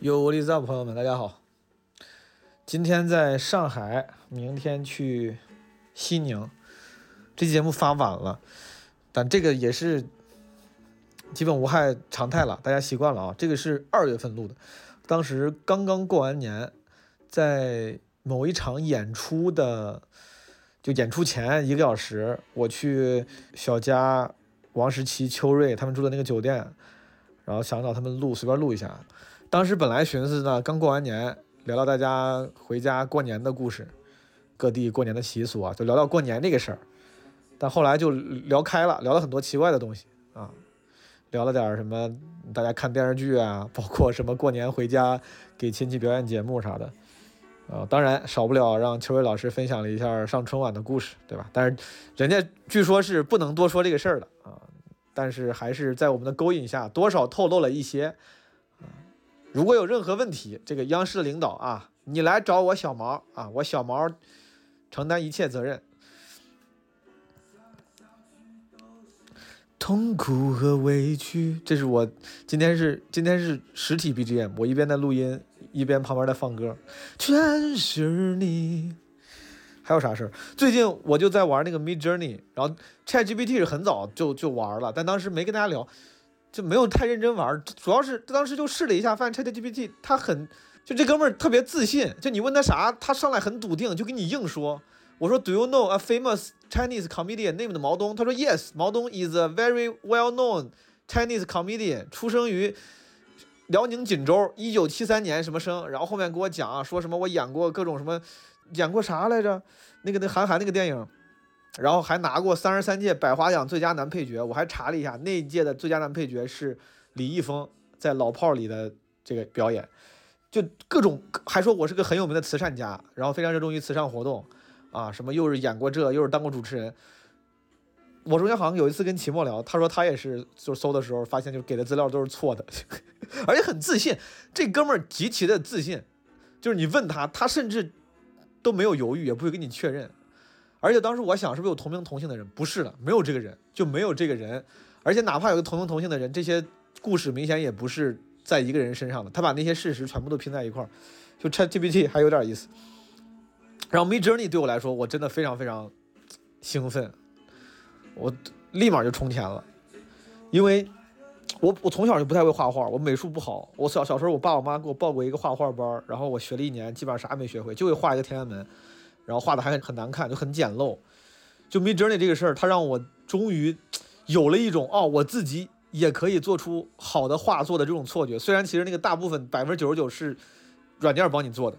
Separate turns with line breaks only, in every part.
Yo, what is up，朋友们，大家好。今天在上海，明天去西宁。这期节目发晚了，但这个也是基本无害常态了，大家习惯了啊。这个是二月份录的，当时刚刚过完年，在某一场演出的就演出前一个小时，我去小佳、王十七、秋瑞他们住的那个酒店，然后想找他们录，随便录一下。当时本来寻思呢，刚过完年，聊聊大家回家过年的故事，各地过年的习俗啊，就聊聊过年这个事儿。但后来就聊开了，聊了很多奇怪的东西啊，聊了点儿什么大家看电视剧啊，包括什么过年回家给亲戚表演节目啥的。啊，当然少不了让秋伟老师分享了一下上春晚的故事，对吧？但是人家据说是不能多说这个事儿的啊，但是还是在我们的勾引下，多少透露了一些。如果有任何问题，这个央视的领导啊，你来找我小毛啊，我小毛承担一切责任。痛苦和委屈，这是我今天是今天是实体 BGM，我一边在录音，一边旁边在放歌，全是你。还有啥事儿？最近我就在玩那个 Mid Journey，然后 ChatGPT 是很早就就玩了，但当时没跟大家聊，就没有太认真玩儿，主要是当时就试了一下，发现 ChatGPT 它很，就这哥们儿特别自信，就你问他啥，他上来很笃定，就给你硬说。我说 Do you know a famous Chinese comedian named 毛东？他说 Yes，毛东 is a very well-known Chinese comedian，出生于辽宁锦州，一九七三年什么生，然后后面给我讲啊说什么我演过各种什么，演过啥来着？那个那韩寒那个电影。然后还拿过三十三届百花奖最佳男配角。我还查了一下，那一届的最佳男配角是李易峰在《老炮儿》里的这个表演，就各种还说我是个很有名的慈善家，然后非常热衷于慈善活动，啊，什么又是演过这，又是当过主持人。我中间好像有一次跟齐墨聊，他说他也是，就是搜的时候发现，就是给的资料都是错的， 而且很自信。这哥们儿极其的自信，就是你问他，他甚至都没有犹豫，也不会跟你确认。而且当时我想，是不是有同名同姓的人？不是的，没有这个人，就没有这个人。而且哪怕有个同名同姓的人，这些故事明显也不是在一个人身上的。他把那些事实全部都拼在一块儿，就 ChatGPT 还有点意思。然后 Mid Journey 对我来说，我真的非常非常兴奋，我立马就充钱了，因为我我从小就不太会画画，我美术不好。我小小时候，我爸我妈给我报过一个画画班儿，然后我学了一年，基本上啥也没学会，就会画一个天安门。然后画的还很很难看，就很简陋。就 Mid Journey 这个事儿，它让我终于有了一种哦，我自己也可以做出好的画作的这种错觉。虽然其实那个大部分百分之九十九是软件帮你做的，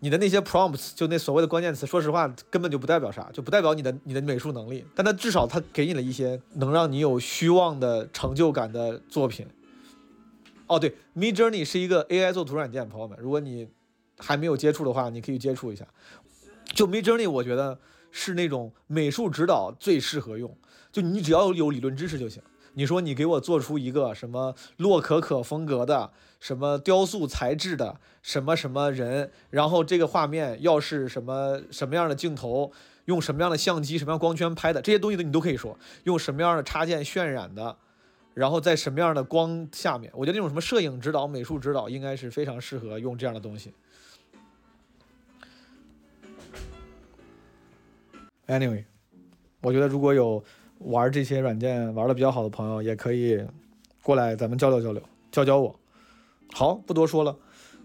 你的那些 prompts 就那所谓的关键词，说实话根本就不代表啥，就不代表你的你的美术能力。但它至少它给你了一些能让你有虚妄的成就感的作品。哦，对，Mid Journey 是一个 AI 做图软件，朋友们，如果你还没有接触的话，你可以接触一下。就 Mid Journey，我觉得是那种美术指导最适合用，就你只要有理论知识就行。你说你给我做出一个什么洛可可风格的，什么雕塑材质的，什么什么人，然后这个画面要是什么什么样的镜头，用什么样的相机、什么样光圈拍的，这些东西的你都可以说，用什么样的插件渲染的，然后在什么样的光下面，我觉得那种什么摄影指导、美术指导应该是非常适合用这样的东西。Anyway，我觉得如果有玩这些软件玩的比较好的朋友，也可以过来咱们交流交流，教教我。好，不多说了，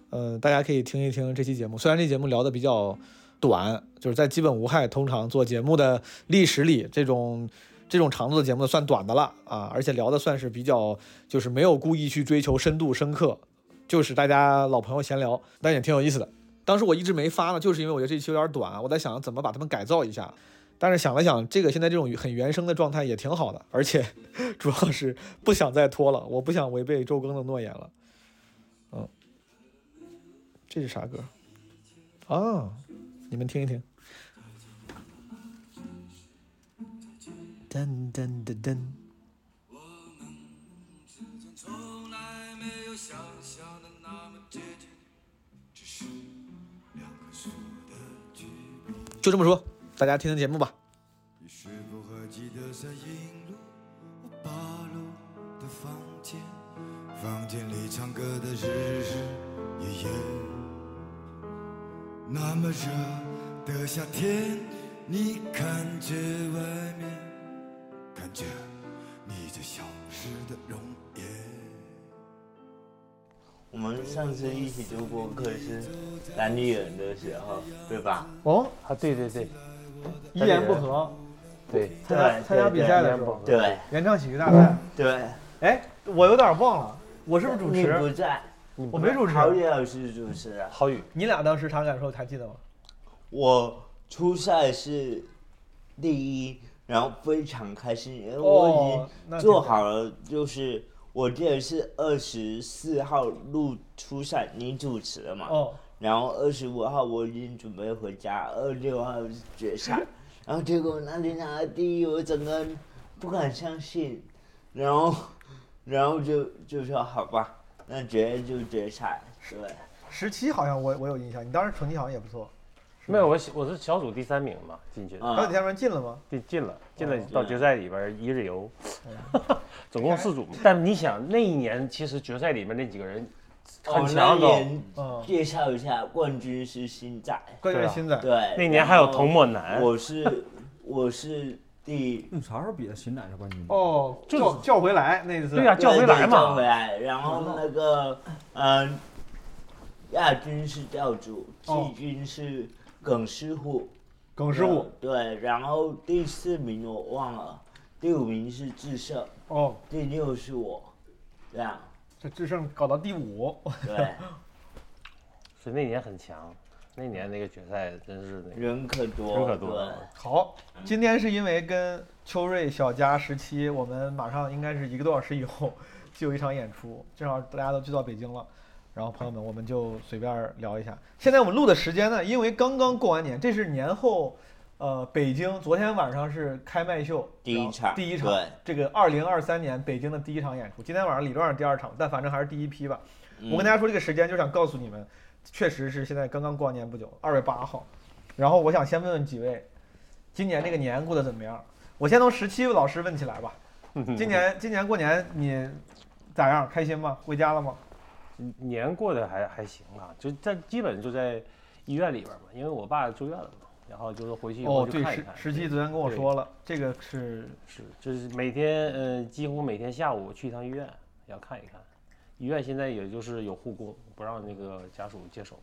呃，大家可以听一听这期节目。虽然这节目聊的比较短，就是在基本无害通常做节目的历史里，这种这种长度的节目算短的了啊，而且聊的算是比较就是没有故意去追求深度深刻，就是大家老朋友闲聊，但也挺有意思的。当时我一直没发呢，就是因为我觉得这期有点短，啊我在想怎么把它们改造一下。但是想了想，这个现在这种很原生的状态也挺好的，而且 主要是不想再拖了，我不想违背周更的诺言了。嗯，这是啥歌？啊，你们听一听。噔噔噔噔，
之间从来没有想象的那么接近，只是两棵树的距离。
就这么说，大家听听节目吧。
你是否还记得三英路我八楼的房间？房间里唱歌的日日爷爷。那么热的夏天，你看着外面，看着你这消失的容颜。
我们上次一起做播客是当地人的时候，对吧？
哦，
啊，对对对
一言不合
对
参加参加比赛的时候，
对
对
原唱喜剧大赛。
对，
哎，我有点忘了，我是不是主
你不
持？啊
在，
我没主持。
陶冶老师主持啊的。
郝宇，
你俩当时啥感受？还记得吗？
我初赛是第一，然后非常开心，因为
哦
我已
那挺
经做好了，就是我记得是二十四号录初赛，你主持的嘛，
哦，
然后二十五号我已经准备回家，二六号是决赛，然后结果那天拿了第一，我整个人不敢相信，然后然后就就说好吧，那决就决赛，对，
十七好像我我有印象，你当时成绩好像也不错。
没有我小我是小组第三名嘛进去的，
还有
啊
你，下面进了吗？
进进了进了
哦
到决赛里边儿一日游， 总共四组嘛。但你想那一年其实决赛里面那几个人很
哦
强
那
都，
年
嗯，
介绍一下，冠军是新仔，
关
对
键
啊
新仔，
对，
那年还有童
梦，
漠男，
我是 我是第
你啥时候比的秦奶是冠军？，
哦，
就
叫叫回来那一次。
对呀、叫回来
对叫
嘛
回，来，然后那个嗯、呃亚军是教主，
哦
季军是耿师傅，
耿师傅，
对，然后第四名我忘了，第五名是智胜，
哦，
第六是我，这样
这智胜搞到第五，
对，
所以那年很强。那年那个决赛真是那个，
人可多，
人可多
对
好，今天是因为跟秋瑞、小佳、十七，我们马上应该是一个多小时以后就有一场演出，正好大家都聚到北京了。然后朋友们，我们就随便聊一下。现在我们录的时间呢，因为刚刚过完年，这是年后，呃，北京昨天晚上是开麦秀
第一场
然后第一场
对，
这个二零二三年北京的第一场演出。今天晚上理论上是第二场，但反正还是第一批吧。
嗯
我跟大家说这个时间，就想告诉你们，确实是现在刚刚过完年不久，二月八号。然后我想先问问几位，今年这个年过得怎么样？我先从十七老师问起来吧。
嗯
今年今年过年你咋样？开心吗？回家了吗？
年过得还还行吧，就在基本就在医院里边儿嘛，因为我爸住院了嘛，然后哎就是回去以后
哦，
去
对，
看一
十
看。
十七昨天跟我
对
说了，这个是
是，就是每天，呃，几乎每天下午去一趟医院，要看一看。医院现在也就是有护工，不让那个家属接手。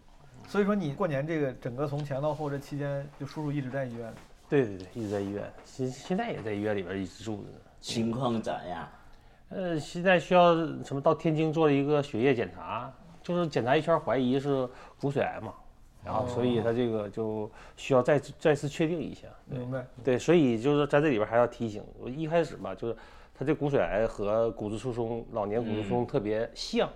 所以说你过年这个整个从前到后这期间，就叔叔一直在医院。
对对对，一直在医院，现现在也在医院里边一直住着呢。
情况咋样？
呃，现在需要什么？到天津做了一个血液检查，就是检查一圈，怀疑是骨髓癌嘛，然后所以他这个就需要再次再次确定一下。对
明白？
对，所以就是在这里边还要提醒，我一开始吧，就是他这骨髓癌和骨质疏松、老年骨质疏
嗯
松特别像，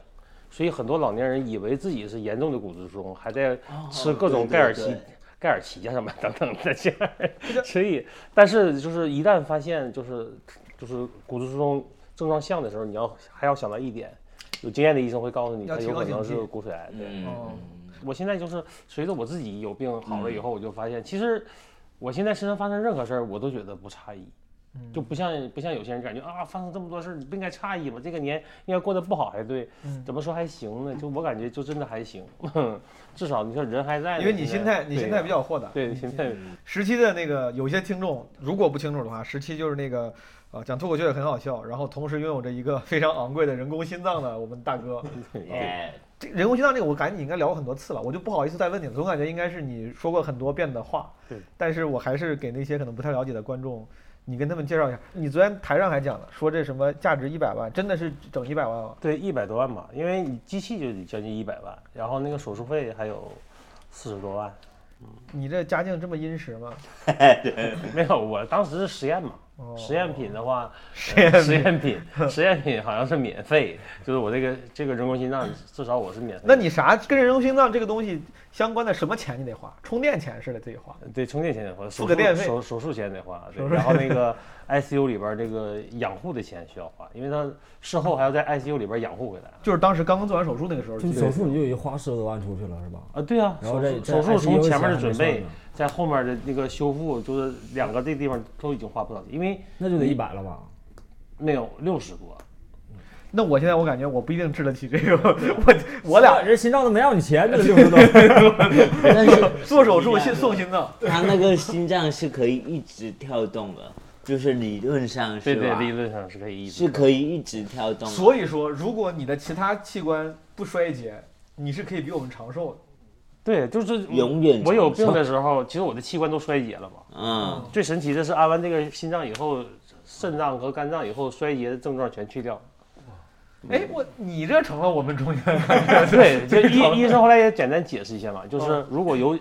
所以很多老年人以为自己是严重的骨质疏松，还在
哦
吃各
对对
种盖尔
对
奇、盖尔奇呀啊什么等等的这样儿，所以但是就是一旦发现就是就是骨质疏松症状像的时候，你要还要想到一点，有经验的医生会告诉你，
要
他
提
有
高
可
警
能是
惕
骨髓癌。对，
哦
嗯，
我现在就是随着我自己有病好
嗯
了以后，我就发现，其实我现在身上发生任何事儿，我都觉得不诧异，
嗯
就不像不像有些人感觉啊，发生这么多事儿，你不应该诧异吗？这个年应该过得不好才对，
嗯
怎么说还行呢？就我感觉就真的还行， 至少你说人还在呢，
因为你
现
心
在
态你心态比较嗯豁达。
对心态
十七的那个有些听众如果不清楚的话，十七就是那个呃讲脱口秀也很好笑，然后同时拥有着一个非常昂贵的人工心脏的我们大 哥。
哎，
这人工心脏这个我感觉你应该聊过很多次了，我就不好意思再问你了，总感觉应该是你说过很多遍的话。
对，
但是我还是给那些可能不太了解的观众，你跟他们介绍一下。你昨天台上还讲了，说这什么价值一百万，真的是整一百万哦吗？
对一百多万吧，因为你机器就得将近一百万，然后那个手术费还有四十多万，
你这家境这么殷实吗？
没有，我当时是实验嘛，
哦
实验品的话。
实验
实 验品，实验品好像是免费，就是我这个这个人工心脏，至少我是免费的。
那你啥跟人工心脏这个东西相关的什么钱你得花？充电钱是得自己花。
对充电钱得花，手
付个
术
电费
手手术钱得花，对
手术
然后那个 ICU 里边儿这个养护的钱需要花，因为他事后还要在 ICU 里边儿养护回来。
就是当时刚刚做完手术那个时候，
就手术你就已经花十多万出去了是吧？
啊，对啊，
然后
手
这
术
这
手术
ICU
从前
钱
面的
还
准
没
备
算呢，
在后面的那个修复，就是两个这地方都已经花不少钱，因为
那就得一百了吧？
没有六十多，
那我现在我感觉我不一定治得起这个，我我俩
这心脏都没要你钱，这六十 多，
但是
做手术先送心脏，
他那个心脏是可以一直跳动的，就是理论上
对
是
对，
吧？
理论上是可以一直
是可以一直跳
嗯
动的。
所以说如果你的其他器官不衰竭，你是可以比我们长寿的。
对，就是
永远
我有
长寿
病的时候，其实我的器官都衰竭了嘛。
嗯，
最神奇的是，安完这个心脏以后，肾脏和肝脏以后衰竭的症状全去 掉。嗯
哎，我你这成了我们中间
对，就医医生后来也简单解释一下嘛，就是如果有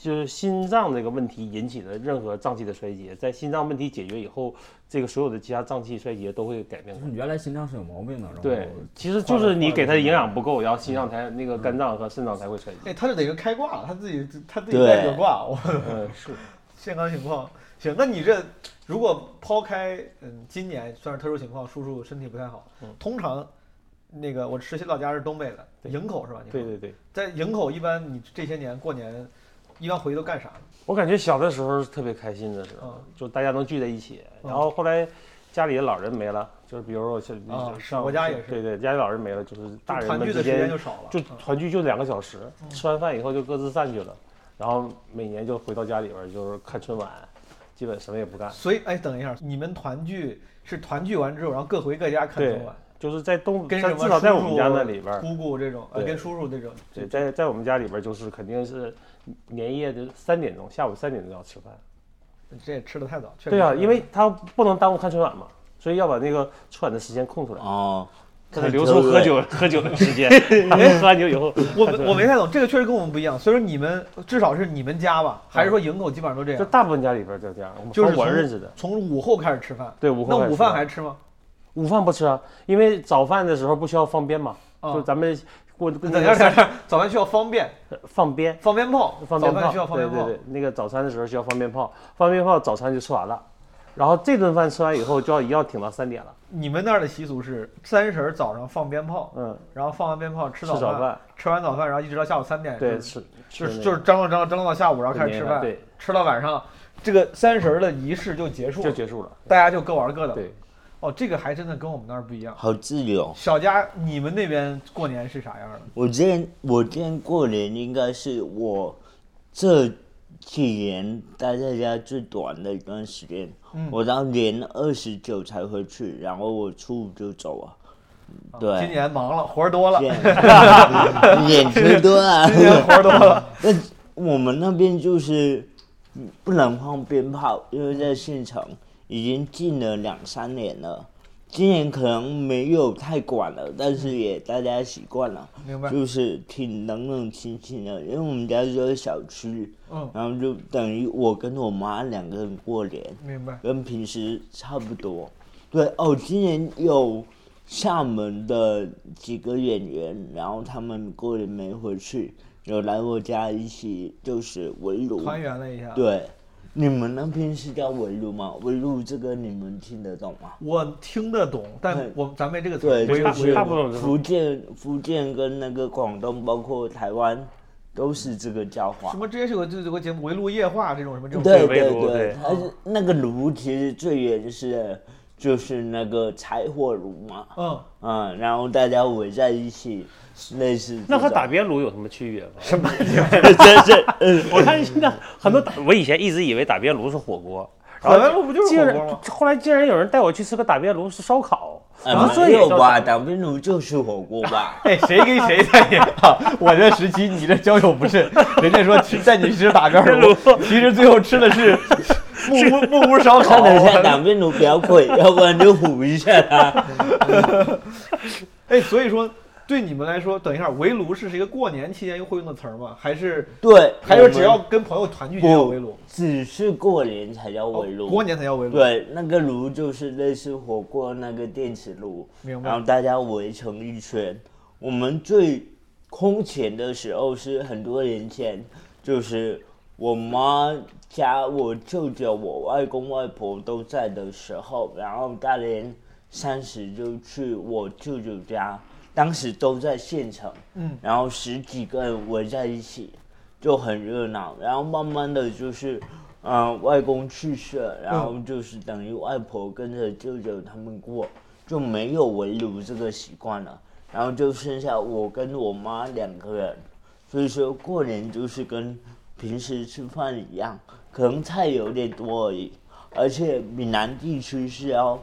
就是心脏这个问题引起的任何脏器的衰竭，在心脏问题解决以后，这个所有的其他脏器衰竭都会改变
你原来心脏是有毛病的，然后
对，其实就是你给它的营养不够，然后心脏才那个肝脏和肾脏才会衰竭。
哎，他是等于开挂了，他自己他自己
对
带个挂， 我
嗯，是。
健康情况行。那你这如果抛开嗯，今年算是特殊情况，叔叔身体不太好，
嗯
通常那个我实习老家是东北的，
对
营口是吧？你
对
说
对对，
在营口一般你这些年过年一般回去都干啥呢？
我感觉小的时候是特别开心的时候
嗯，
就大家能聚在一起。
嗯
然后后来家里的老人没了，就是比如说我像
啊是
上
我家也是
对对，家里老人没了，就是
就
大人
团
们
聚
之
的时间
间
就少了，
就
嗯
团聚就两个小时，吃完饭以后就各自散去了，然后每年就回到家里边儿就是看春晚，基本什么也不干。
所以哎，等一下，你们团聚是团聚完之后，然后各回各家看
对
春晚，
就是在东，
跟
像
什么
至少在我
叔
们
叔
家那里边儿，
姑姑这种，呃，
对
跟叔叔这种，
对，在在我们家里边儿就是肯定是年夜的三点钟，下午三点钟要吃饭。
这也吃的太早，确实
对啊，
是
因为他不能耽误看春晚嘛，所以要把那个春晚的时间空出来，
哦，
不能留出喝酒喝酒的 时间。喝完酒以后，
我我没太懂，这个确实跟我们不一样。所以说你们至少是你们家吧，还是说营口基本上都这
就
样？
大部分家里边儿就这样，我们
就是
从我
从
认识的。
从午后开始吃饭，
对，午后开
那
始
午
吃
饭
饭
还吃吗？
午饭不吃啊，因为早饭的时候不需要放鞭嘛，
啊
就咱们过过
等一下，等一下，早饭需要方便，
放鞭，
放鞭炮，
放鞭
早
炮，
饭需要放鞭
对
炮
对。对，那个早餐的时候需要放鞭炮，放鞭炮早餐就吃完了，然后这顿饭吃完以后就要一定要挺到三点了，
你们那儿的习俗是三十儿早上放鞭炮，
嗯，
然后放完鞭炮吃
吃
早
早
饭，
饭，
吃完早饭然后一直到下午三点，
对，
就是
吃
就是
那
就
个
是张罗张罗张罗到下午，然后开始吃饭，
对，
吃到晚上，这个三十儿的仪式就结束
就
了，
结束了，
大家就各玩各的。
对，
哦，这个还真的跟我们那儿不一样。
好自由。
小家，你们那边过年是啥样的？
我之前我之前过年应该是我这几年待在家最短的一段时间，
嗯
我到年二十九才回去，然后我初五就走了。对，
今年忙了，活儿多了，今
年演出多啊。
年活儿多 了。
那我们那边就是嗯不能放鞭炮，因为在县城已经禁了两三年了。今年可能没有太管了，但是也大家习惯了，
明白
就是挺冷冷清清的。因为我们家就在小区，
嗯
然后就等于我跟我妈两个人过年，
明白。
跟平时差不多。对哦，今年有厦门的几个演员，然后他们过年没回去，有来我家一起就是围炉。
团圆了一下。，
对，你们那边是叫围炉吗？围炉这个你们听得懂吗？
我听得懂，但
对
我咱嗯没这个词儿。
对，
围
就
炉
是
大部分都是
福建、福建跟那个广东，包括台湾，都是这个叫法
什。么之前是有个就有个节目《围炉夜话》这种什么这种。
对
围
对
炉对
它是那个炉，其实最原始的就是那个柴火炉嘛。
嗯，
嗯，然后大家围在一起，类似
那和
这种
打边炉有什么区别吗？
真是嗯
我看现在很多打，我以前一直以为打边炉是火 锅，然后
打边炉不就是
竟然
火锅吗
后来竟然有人带我去吃个打边炉是烧烤，然
哎
后这
没
也
有
叫
吧？打边炉就是火锅吧？
哎，谁跟谁在演啊？我这时期你这交友不慎，人家说吃带你去吃打 边炉，其实最后吃的 是木屋木屋烧烤
看。了 一下打边炉不要跪，要不然就唬一下他。
哎，所以说对你们来说，等一下围炉是是一个过年期间又会用的词儿吗？还是
对，
还
我
是
们
只要跟朋友团聚就叫围炉？
只是过年才叫围炉，
哦过年才叫围炉。
对那个炉就是类似火锅那个电磁炉，
明白
然后大家围成一圈。我们最空前的时候是很多年前，就是我妈家、我舅舅、我外公外婆都在的时候，然后大年三十就去我舅舅家，当时都在县城，
嗯，
然后十几个人围在一起，就很热闹。然后慢慢的就是，呃嗯、外公去世了，然后就是等于外婆跟着舅舅他们过，就没有围炉这个习惯了，然后就剩下我跟我妈两个人，所以说过年就是跟平时吃饭一样，可能菜有点多而已，而且闽南地区是要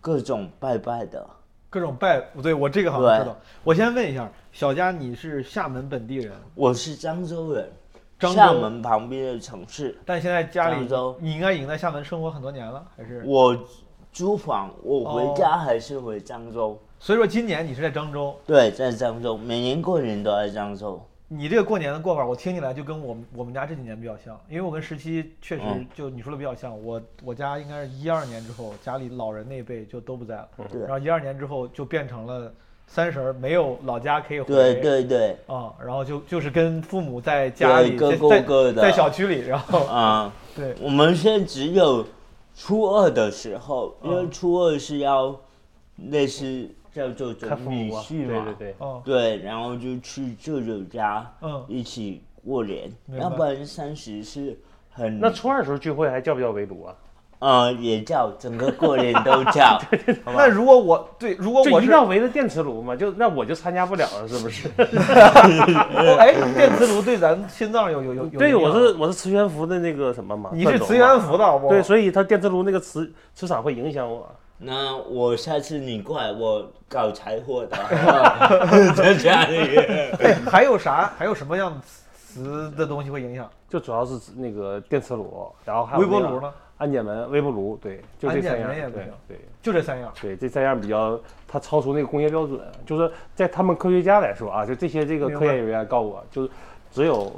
各种拜拜的，
各种拜，不对我这个好像知道。我先问一下，小佳，你是厦门本地人，
我是漳州人，
漳州
厦门旁边的城市，
但现在家里
漳州
你应该已经在厦门生活很多年了，还是？
我租房，我
哦
回家还是回漳州。
所以说今年你是在漳州，
对，在漳州，每年过年都在漳州。
你这个过年的过法，我听起来就跟我们我们家这几年比较像，因为我跟十七确实
嗯
就你说的比较像，我我家应该是一二年之后，家里老人那一辈就都不在了，
对
然后一二年之后就变成了三十儿没有老家可以回，
对对对，
啊、然后就就是跟父母在家里
对
在
各过各的
在在小区里，然后
啊、
对
我们现在只有初二的时候，因为
嗯
初二是要类似叫做准
看父
女
母啊，对
婿嘛，
对对，
哦，
对然后就去舅舅家，
嗯
一起过年，
明白
要不然三十是很，
那初二的时候聚会还叫不叫围炉啊？
呃也叫整个过年都叫，好吧
那如果我对如果
就
我
一
是
定要围着电磁炉嘛？就那我就参加不了了，是 不是？
哦哎，电磁炉对咱心脏有有有有
对，
影响
我是我是磁悬浮的那个什么嘛，
你
钻
是
头
磁
嘛
悬浮的，我
对，所以它电磁炉那个磁磁场会影响我。
那我下次你过来，我搞柴火的，在家里。
哎，还有啥还有什么样磁磁的东西会影响？
就主要是那个电磁炉，然后还有
微波
那个
炉呢？
安检门、微波炉，对，就这三样
安检门也。不
对
行
对
就这三样。
对，这三样比较它超出那个工业标准，就是在他们科学家来说啊，就这些这个
明白
科研人员告诉我，就是只有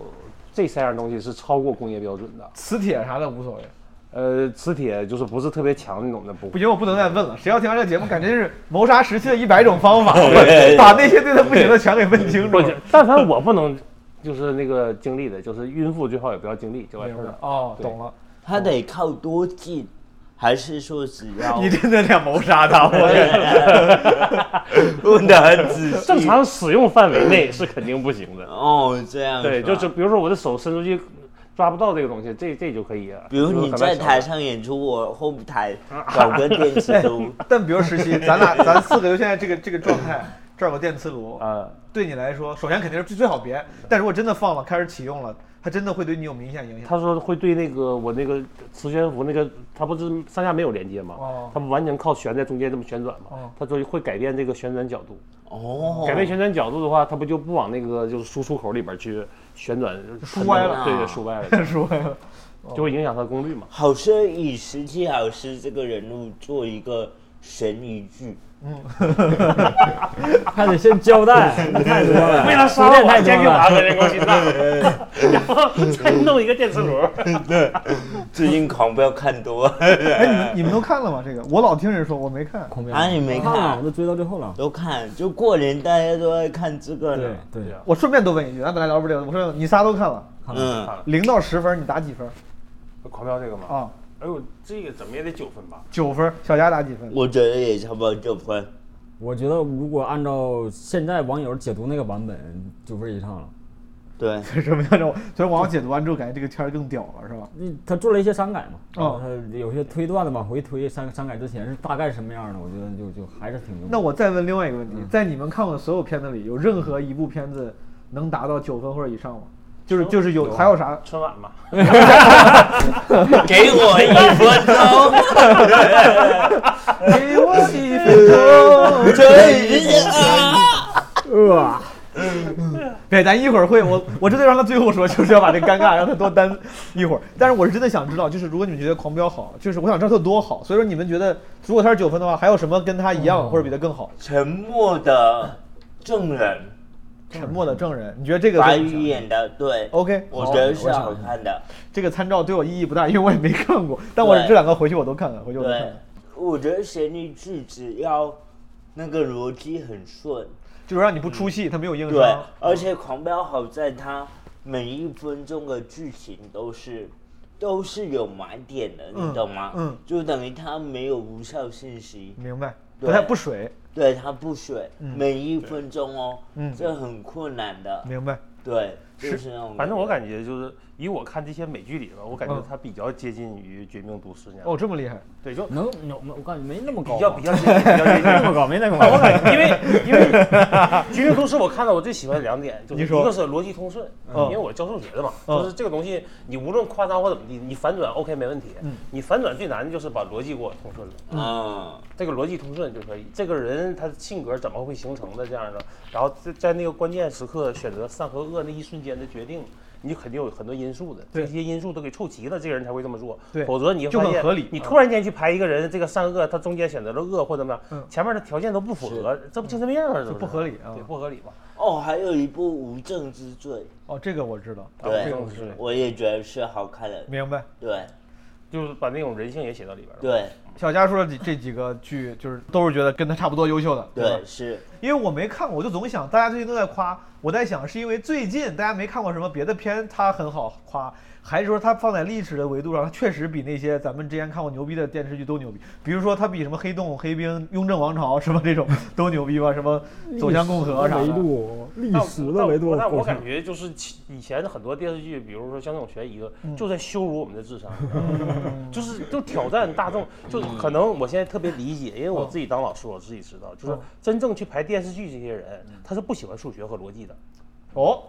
这三样东西是超过工业标准的。
磁铁啥的无所谓，
呃，磁铁就是不是特别强那种的，不
不行，我不能再问了。谁要听完这个节目，感觉是谋杀时期的一百种 方法，把那些哦对他不行的全给问清 楚
不。但凡我不能，就是那个经历的，就是孕妇最好也不要经历，就完事
明
儿
白
了。
哦，
对
懂了。
他得靠多近，还是说只要
你真的想谋杀 他？我
问的很仔细？
正常使用范围内
嗯
是肯定不行的。
哦，这样
对，
吧
就是比如说我的手伸出去抓不到这个东西，这这就可以了。
比如你在台
上，
上演出，我后台搞个电磁炉，
但比如十七，咱俩咱四个就现在这个这个状态，这儿有个电磁 炉，
啊，
对你来说，首先肯定是最最好别。但如果真的放了，开始启用了，它真的会对你有明显影响。
他说会对那个我那个磁悬浮那个，它不是上下没有连接吗？
哦
它不完全靠旋在中间这么旋转
哦
吗？他说会改变这个旋转角度，
哦，
改变旋转角度的话，它不就不往那个就是输出口里边去旋转，
输歪
了
对对，输歪了， 哦
说呀，
就会影响它的功率嘛。
好像以十七老师这个人物做一个悬疑剧，
还得先交代， 太多了。
为了杀
铺垫
我，先
太多
给我
了。
安排人工心脏， 然后再弄一个电磁炉。
最近狂飙看多，
哎，你你们都看了吗？这个我老听人说，我没看。
孔彪
啊，你没
看了，
看
我？都追到最后了。
都看，就过年大家都在看这个
对
呢。
对，
啊
我顺便多问一句，啊咱本来聊不了，我说你仨都看了，
看了。
嗯，
零到十分你打几分
狂飙这个嘛，
啊？
哎呦，这个怎么也得九分吧？
九分，小佳打几分？
我觉得也差不多九分。
我觉得如果按照现在网友解读那个版本，九分以上了。
对，
什么样的？所以网友解读完之后，感觉这个圈儿更屌了，是吧？
嗯，他做了一些删改嘛，
哦
他有些推断的往回推，删删改之前是大概什么样的，我觉得就就还是挺牛。
那我再问另外一个问题，在你们看过的所有片子里，有任何一部片子能达到九分或者以上吗？就是就是有还有啥？
春晚嘛，
给我一分 钟，
给哎我 一分钟。
对，直接啊！
对，咱一会儿会，我我真的让他最后说，就是要把这尴尬让他多担一会儿。但是我是真的想知道，就是如果你们觉得《狂飙》好，就是我想知道他有多好。所以说你们觉得，如果他是九分的话，还有什么跟他一样或者比他更好？
沉默的证人，
沉默的证人，你觉得这个
白
会
宇演的，对，
OK，
我
好
觉得是好看的。
这个参照对我意义不大，因为我也没看过。但我
对
这两个回去我都看看，回去我都看
对
看。，
我觉得旋律剧只要那个逻辑很顺，
就是让你不出戏，他没有硬
嗯对
伤。，
而且狂飙好在它每一分钟的剧情都是都是有买点的，
嗯
你懂吗？
嗯
就等于它没有无效信息，
明白，不
对
太不水，
对，它不水，
嗯
每一分钟哦
嗯，
这很困难的。
明白。
对，就是那 种。
反正我感觉就是以我看这些美剧里头，我感觉
嗯
它比较接近于《绝命毒师》那样。
哦，这么厉害，
对，就比
能，我感觉没那么高吧，
较比较接近，比较接
没
近。
那么高，没那么
我
高。
感觉，因为因为《绝命毒师》，我看到我最喜欢的两点，就
你
是一
说
个是逻辑通顺，
嗯
因为我教数学的嘛，
嗯
就是这个东西，你无论夸张或怎么地，你反转 OK 没问题。你反转最难的就是把逻辑给我通顺了，
嗯
啊，
这个逻辑通顺就可以。这个人他的性格怎么会形成的这样的，然后在在那个关键时刻选择善和恶那一瞬间的决定。你肯定有很多因素的，
对
这些因素都给凑齐了，这个人才会这么做。
对
否则你会
就很
发现
合理嗯
你突然间去排一个人，这个善恶，他中间选择了恶或怎么样，
嗯
前面的条件都不符合，这不精神病吗？这
这
是
不合理啊
对，不合理吧？
哦，还有一部《无证之罪
哦，这个我知道，
对
这个我
就
知道
是，
我也觉得是好看的，
明白。
对
就是把那种人性也写到里边了。
对
小佳说的几这几个剧，就是都是觉得跟他差不多优秀的，吧
对？是，
因为我没看过，我就总想大家最近都在夸，我在想是因为最近大家没看过什么别的片，它很好夸，还是说它放在历史的维度上，它确实比那些咱们之前看过牛逼的电视剧都牛逼？比如说它比什么《黑洞》《黑冰》《雍正王朝》什么这种都牛逼吧？什么《走向共和》啥
维
的？
度，历
但
史的
但
维度。
但我感觉就是其以前的很多电视剧，比如说像那种悬疑的，
嗯
就在羞辱我们的智商， 就是就挑战大众。就可能我现在特别理解，因为我自己当老师，我自己知道，就是
嗯
真正去排电视剧这些人，他是不喜欢数学和逻辑的。
哦，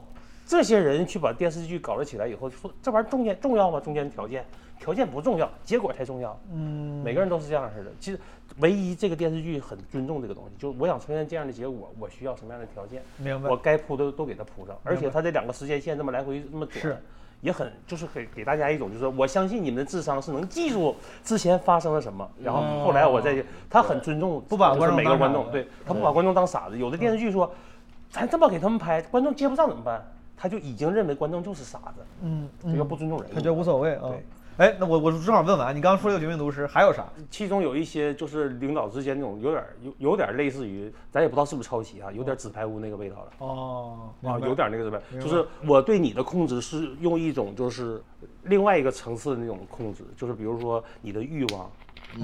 这些人去把电视剧搞了起来以后，说这玩意儿重点重要吗？中间条件条件不重要，结果才重要。
嗯，
每个人都是这样式的。其实，唯一这个电视剧很尊重这个东西，就是我想出现这样的结果，我需要什么样的条件，
明白
我。该铺的都给它铺上。而且它这两个时间线这么来回这么转，
是
也很就是给给大家一种就是我相信你们的智商是能记住之前发生了什么，然后后来我再他很尊重，
哦不把
就是
观众
每个
当
观
傻
众
子
对他不把观众当傻子。有的电视剧说，咱这么给他们拍，观众接不上怎么办？他就已经认为观众就是傻子，
嗯，
这个不尊重人。
他觉得无所谓啊
对。
哎，那我我正好问完，你刚刚说这个《绝命毒师》还有啥？
其中有一些就是领导之间那种有点有有点类似于，咱也不知道是不是抄袭啊，有点纸牌屋那个味道了。
哦，
啊，
明白
有点那个什么，
明白
就是我对你的控制是用一种就是另外一个层次的那种控制，就是比如说你的欲望，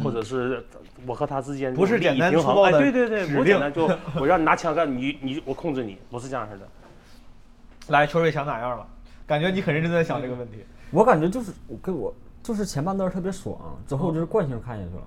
或者是我和他之间
不是
利益
简单
平
粗
衡
暴的
哎对对对，
指
不简
令
单，就我让你拿枪干你你我控制你，不是这样式的。
来，秋水想哪样了？感觉你很认真地在想这个问题。
我感觉就是我跟我就是前半段特别爽，之后就是惯性看下去了。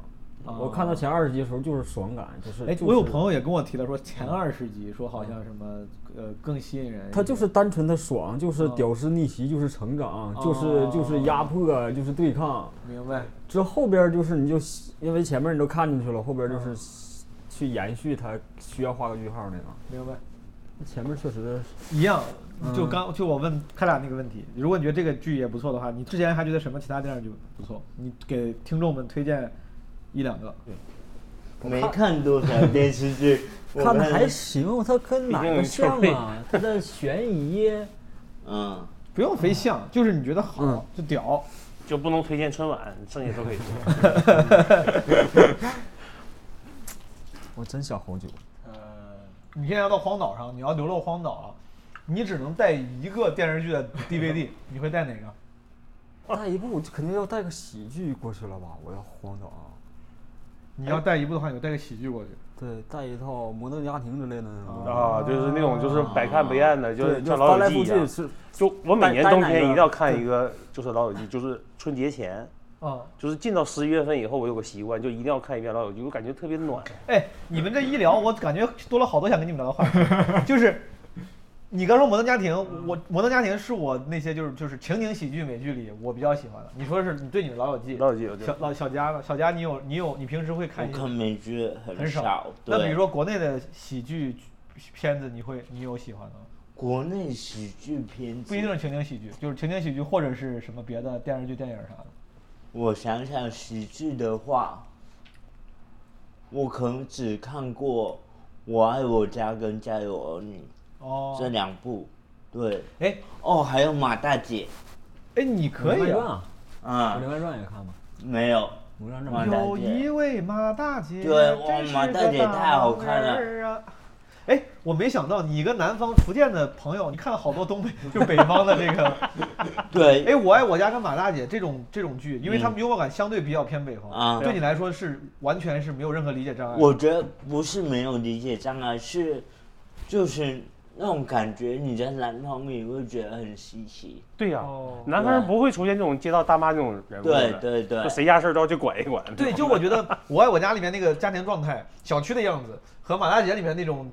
哦
我看到前二十集的时候就是爽感，就是
哎，
就是
我有朋友也跟我提到说，前二十集说好像什么呃更吸引人一点，
他就是单纯的爽，就是屌丝逆袭，就是成长，就是就是压迫，就是对抗。
明白，
之后边就是你就因为前面你都看进去了，后边就是去延续它需要画个句号那种。
明白，嗯
前面确实
一样。就刚就我问他俩那个问题，如果你觉得这个剧也不错的话，你之前还觉得什么其他电视剧不错？你给听众们推荐一两个。
没看多少电视 剧，我
看的还行，它跟哪个像啊？它的悬疑，
嗯，
不用非像，就是你觉得好
嗯
就屌。
就不能推荐春晚，剩下都可以说。
我真想好久。
呃你现在要到荒岛上，你要流落荒岛啊，你只能带一个电视剧的 DVD，你会带哪个？
带一部就肯定要带个喜剧过去了吧？我要啊荒岛。
你要带一部的话，你就带个喜剧过去。
对，带一套《摩登家庭》之类的那种。
啊，就是那种就是百看不厌的，就是
对，
像
就
老
翻
友
来
记
覆
一
去
样。
是
就我每
带
年
带
冬
哪
天一
个
定要看一个，就是老友记，就是春节前。
啊、
就是进到十一月份以后，我有个习惯，就一定要看一遍《老友记》，我感觉特别暖。
哎，你们这一 聊，我感觉多了好多想跟你们聊的话 题，就是。你刚说《摩登家庭》，我《摩登家庭》是我那些就是就是情景喜剧美剧里我比较喜欢的。你说是你对你的《老友记》，
老友记我就
小老小佳呢？小佳，你有你有你平时会看
我
一些
看美剧
很
很
少
少。。
那比
对
如说国内的喜剧片子，你会你有喜欢的吗？
国内喜剧片子，
不一定是情景喜剧，就是情景喜剧或者是什么别的电视剧、电影啥的。
我想想，喜剧的话，我可能只看过《我爱我家》跟《家有儿女》这
哦，
两部。对，
哎
哦，还有马大姐，
哎，你可
《
以
甄
啊。
嬛传》，《
啊
甄，嬛传》也看吗？
没有，
《甄嬛
马
传》
大
有
姐
一位马大姐，
对哇
真是
马大
个
姐太好
美
看了
人啊。哎，我没想到你一个南方福建的朋友，你看了好多东北，就北方的这 个。
对，
哎，我爱我家跟马大姐这种这种剧，因为他们幽默感相对比较偏北方，
嗯啊
对你来说是完全是没有任何理解障碍的。
我觉得不是没有理解障碍，是就是那种感觉，你在南方你会觉得很稀奇。
对呀、
哦
南方人不会出现这种街道大妈这种人物
对
的，
对对
就，谁家事儿都要去管一管。
对，就我觉得《我爱我家》里面那个家庭状态、小区的样子，和《马大姐》里面那种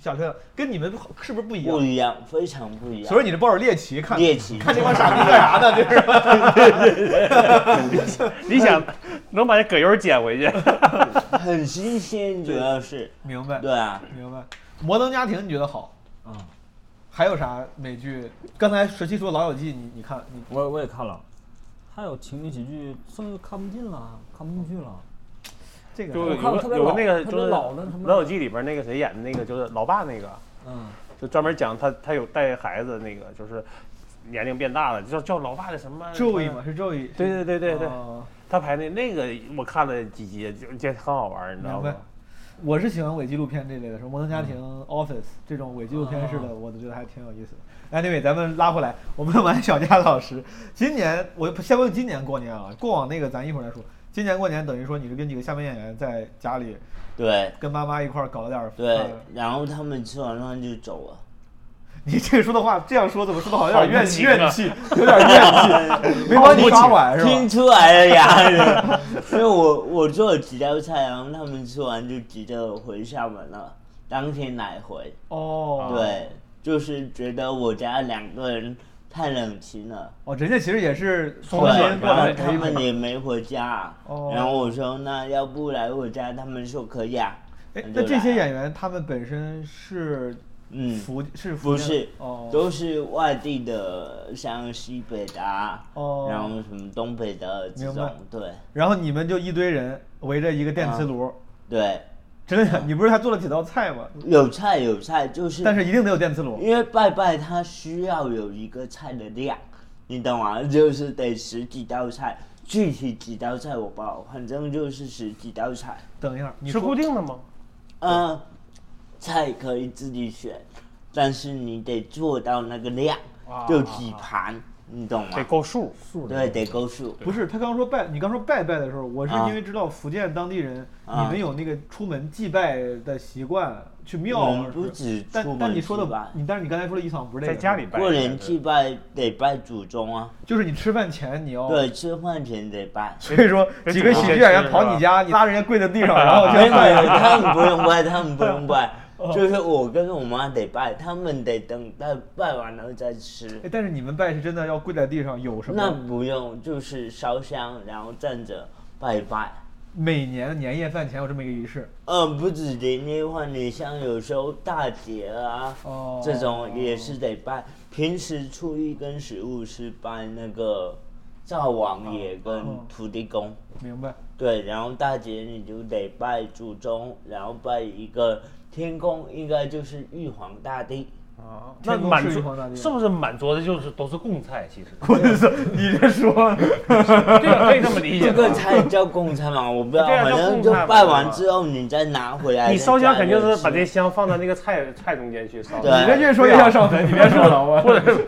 小区，跟你们是不是不一
不
样？
一样，非常不一样。
所以你这抱着猎奇看，
猎奇，
看这帮傻逼干啥呢？这是。
你想能把这葛优捡 回去？
很新鲜，主要是
明白，
对啊，
明白。摩登家庭你觉得好？
嗯，
还有啥美剧？刚才十七说《老友记》，你你看你
我我也看了，还有情景喜剧，甚至看不进了，看不进去了。
这个
就
还
有
好
看过特
个
别
有个那个
老特
就
别
是
老的什
《
么
老友记》里边那个谁演的那个就是老爸那个，
嗯，
就专门讲他他有带孩子那个，就是年龄变大了，叫叫老爸的什么
Joey 嘛，？是 Joey。
对对对对对，
哦
他拍那那个我看了几集，就就很好玩，你知道嗯
明白？。
吗
我是喜欢伪纪录片这类的，什么《摩登家庭》、Office》这种伪纪录片式
啊
的，我都觉得还挺有意思的。Anyway，咱们拉回来，我们问 完小佳老师，今年我先问今年过年啊，过往那个咱一会儿再说。今年过年等于说你是跟几个下面演员在家里
对
跟妈妈一块儿搞了点儿
对
饭，
然后他们吃完饭就走了。
你这个说的话这样说怎么说的好像有点怨气，
好
怨气，
无情啊
有点 怨气，没帮你刷碗是吧？
听出来了哎呀， 因为我我做了几道菜，然后他们吃完就急着回厦门了，当天来回。
哦，
对，就是觉得我家两个人太冷清了，
哦，人家其实也是
松
重
了
新
软
过
然
来
后
软
陪
他
一
们
陪。
也没回家
哦，
然后我说那要不来我家，他们说可以啊。
哎，
就
那这些
来了
演员他们本身是
嗯
福是福
不
建
是，
哦
都是外地的，像西北的、啊，
哦
然后什么东北的这
明白
种，对
然后你们就一堆人围着一个
啊
电磁炉，
对，
真的假，你不是还做了几道菜吗？
有菜有菜，啊就是
但是一定得有电磁炉。
因为拜拜它需要有一个菜的量，你懂吗？就是得十几道菜，具体几道菜我不好，反正就是十几道菜，
等一下，你
是
说
固定的吗？
呃，菜可以自己选，但是你得做到那个量，
啊
就几盘，你懂
得
吗？
够数，
数量
对，得够数。
不是他刚说拜，你刚说拜拜的时候，我是
啊
因为知道福建当地人，
啊
你们有那个出门祭拜的习惯，去庙啊
我
而
们
是
嗯不止
但
出门
但你说
祭
的
拜，
你但是你刚才说的一场不是这
在
个，
家里拜。
过年祭拜得拜祖宗啊，
就是你吃饭前你要。
对，吃饭前得拜。
所以说
跟
几个喜剧演员跑你家，你拉人家跪在 地上，然 后
没有，
就
没有他们不用拜，他们不用拜，
哦
就是我跟我妈得拜，他们得等待拜完了再吃
哎。但是你们拜是真的要跪在地上，有什
那
么？
不用，就是烧香，然后站着拜拜。
每年的年夜饭前有这么一个仪式。
呃，不止年夜饭，你像有时候大节啊，
哦
这种也是得拜。平时初一跟十五是拜那个灶王爷跟
哦
土地公。
明白。
对，然后大姐你就得拜祖宗，然后拜一个天公，应该就是玉皇大 帝。
啊，那
天宫
满
是玉皇大帝
桌是不是满桌子就是都是贡菜？其实
棍子，你这说，
对啊，可以这么理解
这
吧
个。菜叫贡菜吗？我不知道，
对啊
反正
叫
就
贡菜嘛
拜完之后你再拿回 来。
你烧香肯定是把这
再
香放到那个 菜菜中间去烧，
对
你这越说越像上坟，你别说了，我。
或者是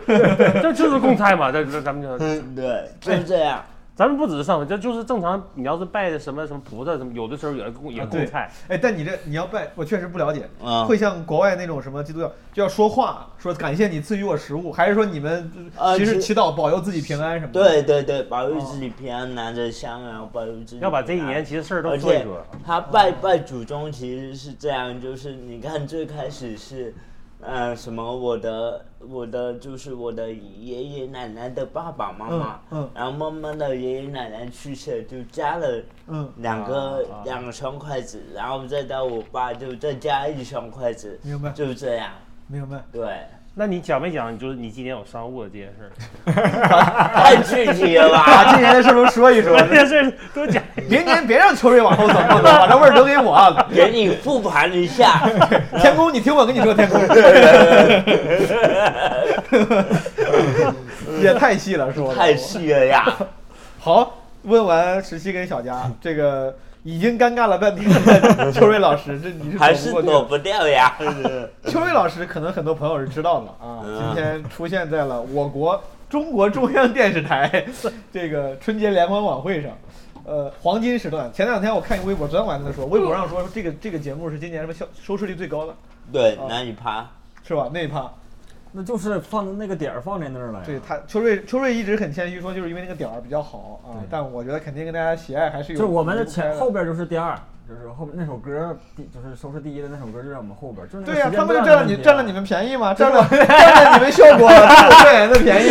这就是贡菜嘛？这这咱哎们就
加热吃。嗯，对，就这样。
咱们不只是上坟，这就是正常。你要是拜的什么什么菩萨什么，有的时候也供也
啊
供
对
菜，，
哎，但你这你要拜，我确实不了解，
啊
会像国外那种什么基督教，就要说话，说感谢你赐予我食物，还是说你们
啊
其实
其
祈祷保佑自己平安什么的？
对对对，保佑自己平安，拿着香，然后保佑自己。
要把这一年。其实事儿都
而
做一
且
做。
他拜拜祖宗其实是这样，就是你看最开始是，呃，什么我的我的就是我的爷爷奶奶的爸爸妈妈，
嗯嗯
然后慢慢的爷爷奶奶去世了，就加
啊
了
嗯，
两个、两双筷子，然后再到我爸就再加一双筷子，
明
嗯
白
就这样，
明 白。
对，
那你讲没讲？就是你今年有商务的这件事儿，
太具体了
把
吧？
今年的事儿都说 一说，
这件事儿多讲一
明年别让秋水往后走，不能把这味儿留给我 啊。
给你复盘一下，
天宫，你听我跟你说，天宫 也太细了，说的
太细了呀，
好，问完十七跟小佳，这个已经尴尬了半天的 秋瑞老师，这你是
还是
躲不
躲
过
不掉呀。
去。秋瑞老师可能很多朋友是知道的啊，今天出现在了我国中国中央电视台这个春节联欢晚会上。呃，黄金时段。前两天我看一微博，昨天晚上在说，微博上说这个这个节目是今年什么收收视率最高的，
对
哦，
那一趴，
是吧？那一趴，
那就是放那个点儿放在那儿了呀。
对他秋瑞秋瑞一直很谦虚说，就是因为那个点儿比较好啊
对，
但我觉得肯定跟大家喜爱还是
就
有
是我们的
离不开
前后边就是第二，就是后边那首歌第就是收视第一的那首歌就在我们后边，就是那个
对呀、
时间
他们就
段
占了
的
你
问题啊
占了你们便宜 嘛，占了占了你们效果， 占了表演的便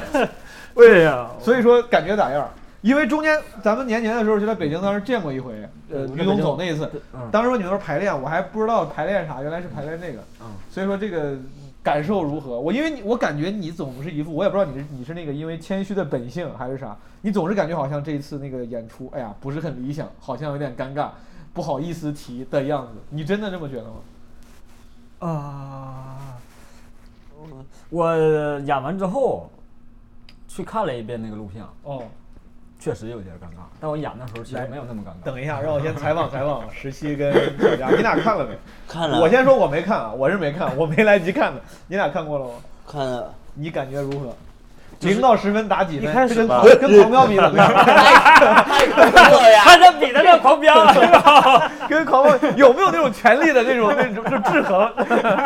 宜嘛。
对呀，
所以说感觉咋样？因为中间咱们年年的时候就在北京当时见过一回，呃，
嗯
于总走那一次，
嗯
当时说你们说排练，我还不知道排练啥，原来是排练这个，
嗯
所以说这个感受如何？我因为你我感觉你总是一副，我也不知道你是你是那个因为谦虚的本性还是啥，你总是感觉好像这一次那个演出，哎呀不是很理想，好像有点尴尬，不好意思提的样子，你真的这么觉得吗？
啊，我我演完之后去看了一遍那个录像，
哦，
确实有点尴尬，但我演的时候其实
来
没有那么尴尬。
等一下，让我先采访采访石溪跟 小佳，你俩看了没？
看了，
我先说我没看啊，我是没看，我没来得及看的。你俩看过了吗？
看了，
你感觉如何？零到十分打几分？
一开始
这跟
吧
狂跟狂 飙比怎么样？
太不错呀！
他这比那个狂
啊
飙了，
跟狂飙有没有那种权力的那种那种就制 衡？
怖了呀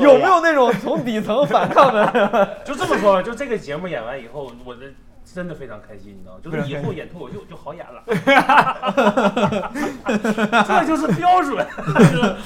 有没有那种从底层反抗的？
就这么说吧，就这个节目演完以后，我的真的非常开心，你知道吗？就是以后演脱口秀就好演 了，这就是标准。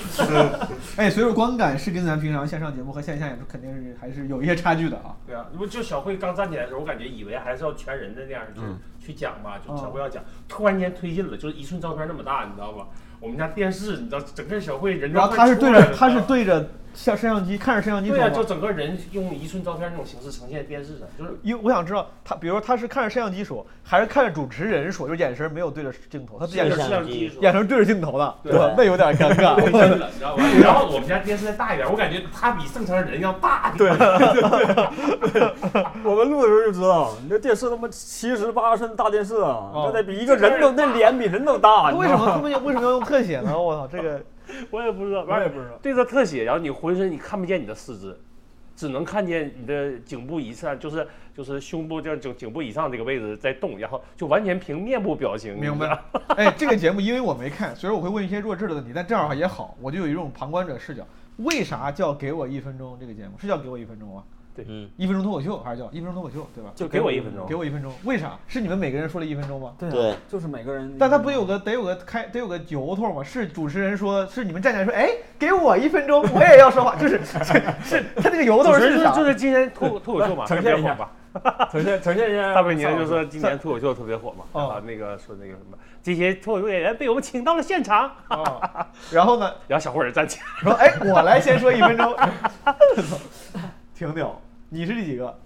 哎，所以说观感是跟咱平常线上节目和线下演出肯定是还是有一些差距的啊。
对啊，不就小慧刚站起来的时候，我感觉以为还是要全人的那样去、
嗯
去讲吧，就小慧要讲，突然间推进了，就是一寸照片那么大，你知道吧？我们家电视，你知道，整个小慧人都
然后
快
他是
出
对
来
着
了
他是
你知道吧
对着像摄像机看着摄像机走
对呀、
吗？
就整个人用一寸照片那种形式呈现电视上，就是
因为我想知道他，比如说他是看着摄像机说，还是看着主持人说，就是眼神没有对着镜头，他眼
摄
神
像
像
机
机
眼神对着镜头的，
对
吧？那有点尴尬。
推进了，你知道吧？然后我们家电视再大一点，我感觉它比正常人要大点。
我们录的时候就知道，你这电视他妈七十八寸大电视啊，
哦
那得比一个人都那脸比人都大。
那
你
为
知
什
道吗
么他们要为什么要用特写 呢？我操，这个
我也不知道，
我也不知道。
对着特写，然后你浑身你看不见你的四肢，只能看见你的颈部以上，就是就是胸部这样颈颈部以上这个位置在动，然后就完全凭面部表情。
明
你知道
白？。 哎，这个节目因为我没看，所以我会问一些弱智的问题，但这样也好，我就有一种旁观者视角。为啥叫给我一分钟？这个节目是叫给我一分钟吗？
嗯，
一分钟脱口秀还是叫一分钟脱口秀？对吧？
就给我一分钟
给。我一分钟，为啥？是你们每个人说了一分钟吗？
对啊
对
就是每个人。
但他不有个得有个开得有个由头吗？是主持人说，是你们站起来说，哎，给我一分钟，我也要说话，就是是是，他这个由头
主持
是
人
啥？
就是今天脱脱口秀嘛，
呈
特别
现一
火
下
嘛。
呈现呈现一 下
大卫宁就说今年脱口秀特别火嘛，
哦
啊，那个说那个什么，这些脱口秀演员被我们请到了现场，
啊然后呢，
然后小伙儿站起来，
说哎，我来先说一分钟，挺屌。你是第几个？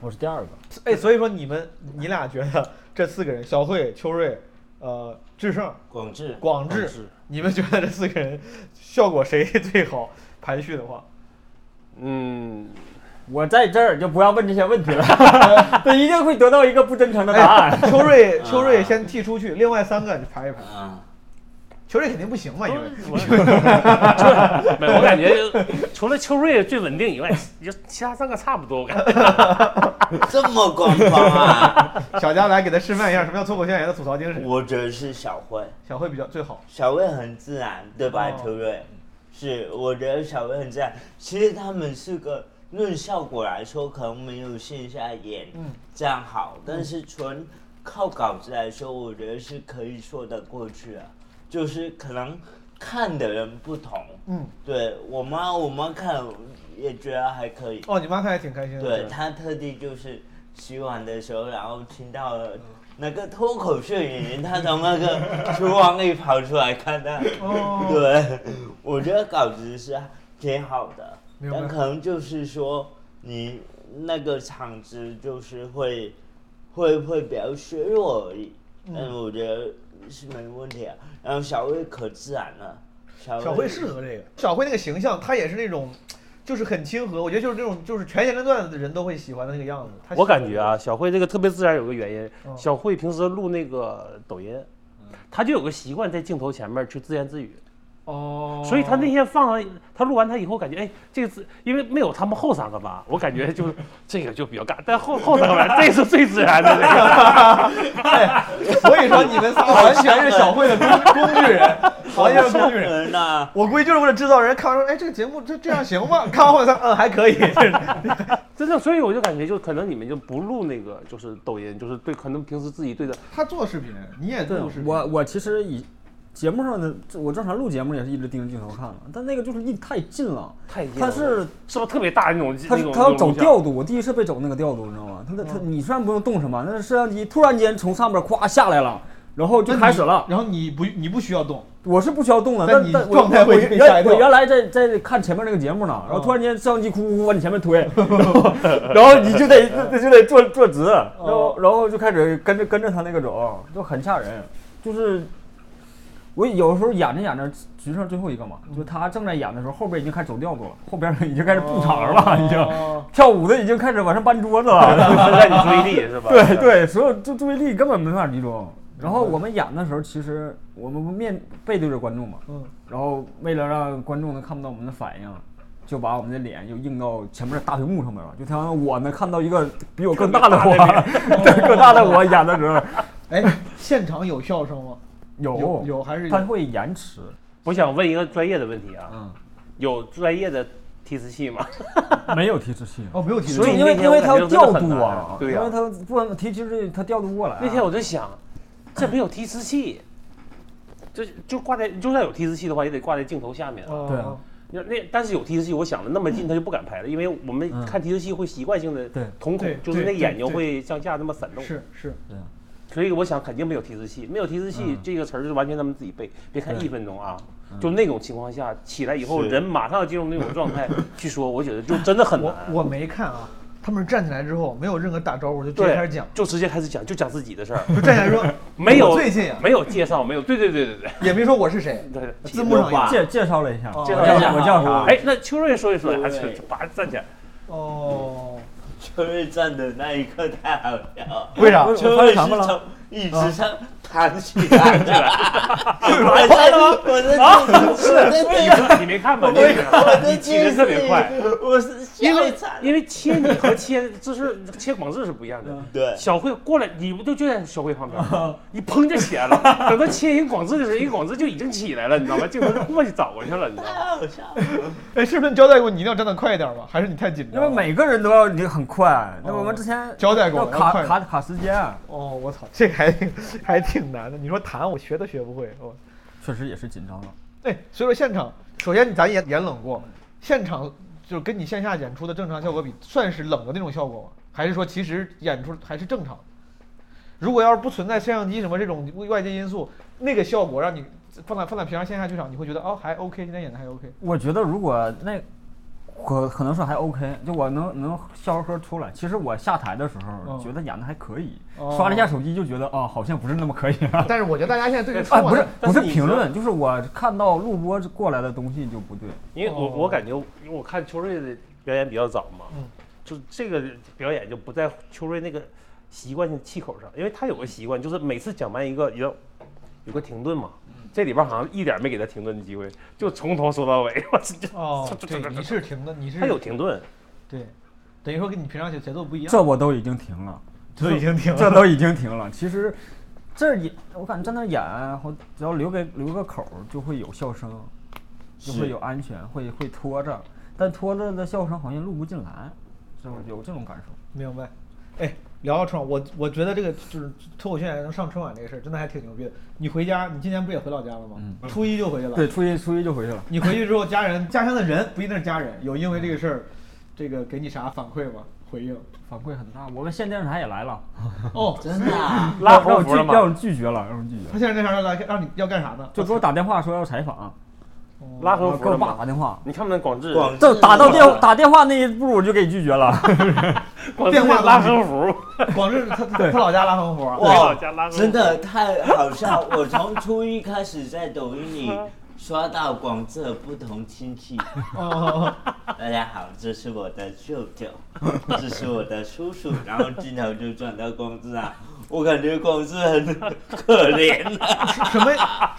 我是第二个，
哎，所以说你们你俩觉得这四个人，小慧、秋瑞、呃、志胜、
广智，
广志，你们觉得这四个人效果谁最好？排序的话，
嗯，
我在这儿就不要问这些问题了， 这一定会得到一个不真诚的答案。
哎秋瑞秋瑞先剔出去，另外三个你排一排。
啊，
秋瑞肯定不行嘛，因 为。
没有，我感觉就除了秋瑞最稳定以外，就其他三个差不多，我感觉。
这么官方啊！
小佳来给他示范一下什么叫脱口秀演员的吐槽精神。
我觉得是小慧，
小慧比较最好，
小慧很自然，对吧？
哦
秋瑞，是，我觉得小慧很自然。其实他们四个论效果来说，可能没有线下演
嗯
这样好，但是纯靠稿子来说，我觉得是可以说得过去啊。就是可能看的人不同，
嗯，
对我妈，我妈看也觉得还可以。
哦，你妈看还挺开心的。
对他特地就是洗碗的时候，然后听到了那个脱口秀演员，他从那个厨房里跑出来看他。
哦
对，我觉得稿子是挺好的，
明白
但可能就是说你那个场子就是会会会比较削弱而已。
嗯
但我觉得是没问题啊。然后小魏可自然了，
小慧适合这个，小慧那个形象，她也是那种，就是很亲和，我觉得就是那种就是全年龄段的人都会喜欢的那个样子。她喜欢
我感觉啊，小慧这个特别自然，有个原因。
嗯
小慧平时录那个抖音，她就有个习惯在镜头前面去自言自语。
这哦，
所以 他那天放了，他录完他以后感觉，哎，这次因为没有他们后三个吧，我感觉就是这个就比较尬，但后后三个吧，这是最自然的这个。
哎所以说你们仨完全是小慧的 工工具人，完全是工具人。
人呐，
我估计就是为了制造人看完说，哎，这个节目这这样行吗？看完后三，嗯，还可 以，就是
真的，所以我就感觉，就可能你们就不录那个，就是抖音，就是对，可能平时自己对的，
他做视频，你也
对
做视频，
我我其实以节目上的，我正常录节目也是一直盯着镜头看的，但那个就是离太近了，
太近了
他是
是不是特别大那种？
他
那种
他要走调，度，我第一次被走那个调度，你知道吗？他的他
嗯
你虽然不用动什么，但是摄像机突然间从上边咵下来了，然后
那
就
你
开始了。
然后你不你不需要动，
我是不需要动的，
但
但
你
但我
状态会
我
被吓一
原
跳嗯
我原来在在看前面那个节目呢，然后突然间摄像机咕咕咕往你前 面推，然后然后你就得就就得坐坐直，然
哦
后然后就开始跟着跟着他那个走，就很吓人。就是我有时候演着演着，只剩最后一个嘛，
嗯
就他正在演的时候，后边已经开始走调度了，后边已经开始布场了，
哦
已经跳舞的已经开始往上搬桌子 了。
分散你注意力是吧？
对对，所有注注意力根本没法集中。然后我们演的时候，其实我们不面背对着观众嘛，
嗯，
然后为了让观众能看不到我们的反应，就把我们的脸就映到前面的大屏幕上面了。就相当于我能看到一个比我更大的我， 对更大的我演的时候，
哎，现场有笑声吗？有有还是有
它会延迟，
我想问一个专业的问题啊，
嗯，
有专业的提词器吗？
没有提示器。
哦，没有提示
所以
因为
那天
因为它
我
要
感觉真
调
的很
度
难
啊，
对
因
呀
为它不能提示器，它调度不过来啊。
那天我就想，这没有提词器，就就挂在，就算有提词器的话，也得挂在镜头下面啊。
哦
对啊
那那但是有提示器，我想了那么近，他就不敢拍了，因为我们
嗯
看提示器会习惯性的
对
瞳孔
对，
就是那
对
眼睛
对
会向下那么闪动，
是是，
对啊
所以我想肯定没有提示器，没有提示器
嗯
这个词儿是完全他们自己背，别看
对
一分钟啊，
嗯
就那种情况下起来以后，
是
人马上要进入那种状态去说，我觉得就真的很
我
难。
我没看啊，他们是站起来之后没有任何打招呼就直接
对
开始讲，，
就直接开始讲，就讲自己的事 儿，
就站起来说
没有
我最近啊，
没有介绍，没有，对对对对对
也没说我是谁，
对对，
字幕上
吧
也
介介绍了一下，
介绍
介绍
一下
我叫啥？
哎，那秋瑞说一哎说，
对
他就叭站起来，
哦，
秋瑞站的那一刻太好笑了，
为啥
我
秋
发
瑞
现
是
啥不了啊
从椅子上弹起来 的，我在 我
啊
在我在地上
你没看吧？那
我
个
在
你起的特别快，
地上，我是
因
吓
为
一惨。
因为切你和切就是切广志是不一样的。
对，
小慧过来，你不就就在小慧旁边吗，你砰就起来了。等到切人广志的时候，人广志就已经起来了，你知道吗？镜头就过去找过去了，你知道吗？
太好笑了。
哎，是不是交代过你一定要站得快一点吗？还是你太紧
因
张
为
了？
每个人都要你很快，那我们之前
哦交代过
要
我要
卡
快
卡卡时间，啊
哦，我操，这个还还挺难的。你说弹，我学都学不会。哦我、
确实也是紧张了。啊
哎，所以说现场，首先咱也演冷过，现场就是跟你线下演出的正常效果比，算是冷的那种效果吗？还是说其实演出还是正常？如果要是不存在摄像机什么这种外界因素，那个效果让你放在放在平常线下剧场，你会觉得哦还 OK，今天演的还 OK。
我觉得如果那可可能是还 OK，就我能能笑呵呵出来。其实我下台的时候
嗯
觉得演的还可以，
哦
刷了一下手机就觉得啊、好像不是那么可以、啊。
但是我觉得大家现在对这个
哎，
春晚
不是
但
不
是
是
你
评
知道
论，就是我看到录播过来的东西就不对。
因为我我感觉，因为我看秋瑞的表演比较早嘛，
哦嗯
就这个表演就不在秋瑞那个习惯性气口上，因为他有个习惯，就是每次讲完一个有有个停顿嘛，这里边好像一点没给他停顿的机会，就从头说到尾，我这这
哦，
这
对，你是停的，你是
他有停顿，
对，等于说跟你平常节节奏不一样。
这我都已经停了，
这已经停了
这都已经停了。其实这也我感觉在那演，我只要留给留个口儿，就会有笑声，就会有安全，会会拖着，但拖着的笑声好像录不进来，就是有这种感受。
明白。哎，聊到春晚，我我觉得这个就是脱口秀演员能上春晚这个事儿，真的还挺牛逼的。你回家，你今年不也回老家了吗？
嗯
初一就回去了。
对，，初一初一就回去了。
你回去之后，家人家乡的人不一定是家人，有因为这个事儿，这个给你啥反馈吗？回应？
反馈很大，啊我们县电视台也来了，
哦，
真的、啊，
拉
让
横
我
幅了
拒
吗？
让我拒绝了，让我拒绝
他
了，
现在这啥来让你要干啥呢？
就给我打电话说要采访，
哦
拉
我
横幅
给我
了
爸
吗？
打电 话，
你看不看广智？
广
这打到
电。
电打电话那一步我就给拒 绝了。
广智
电话
拉
都
横幅，
广志 他他他老家拉横幅啊。
回老
哇
家拉，
真的太好笑！我从初一开始在抖音里刷到广浙不同亲戚。
哦，
大家好，这是我的舅舅，这是我的叔叔，然后镜头就转到广浙啊，我感觉广志很可怜呐、
什么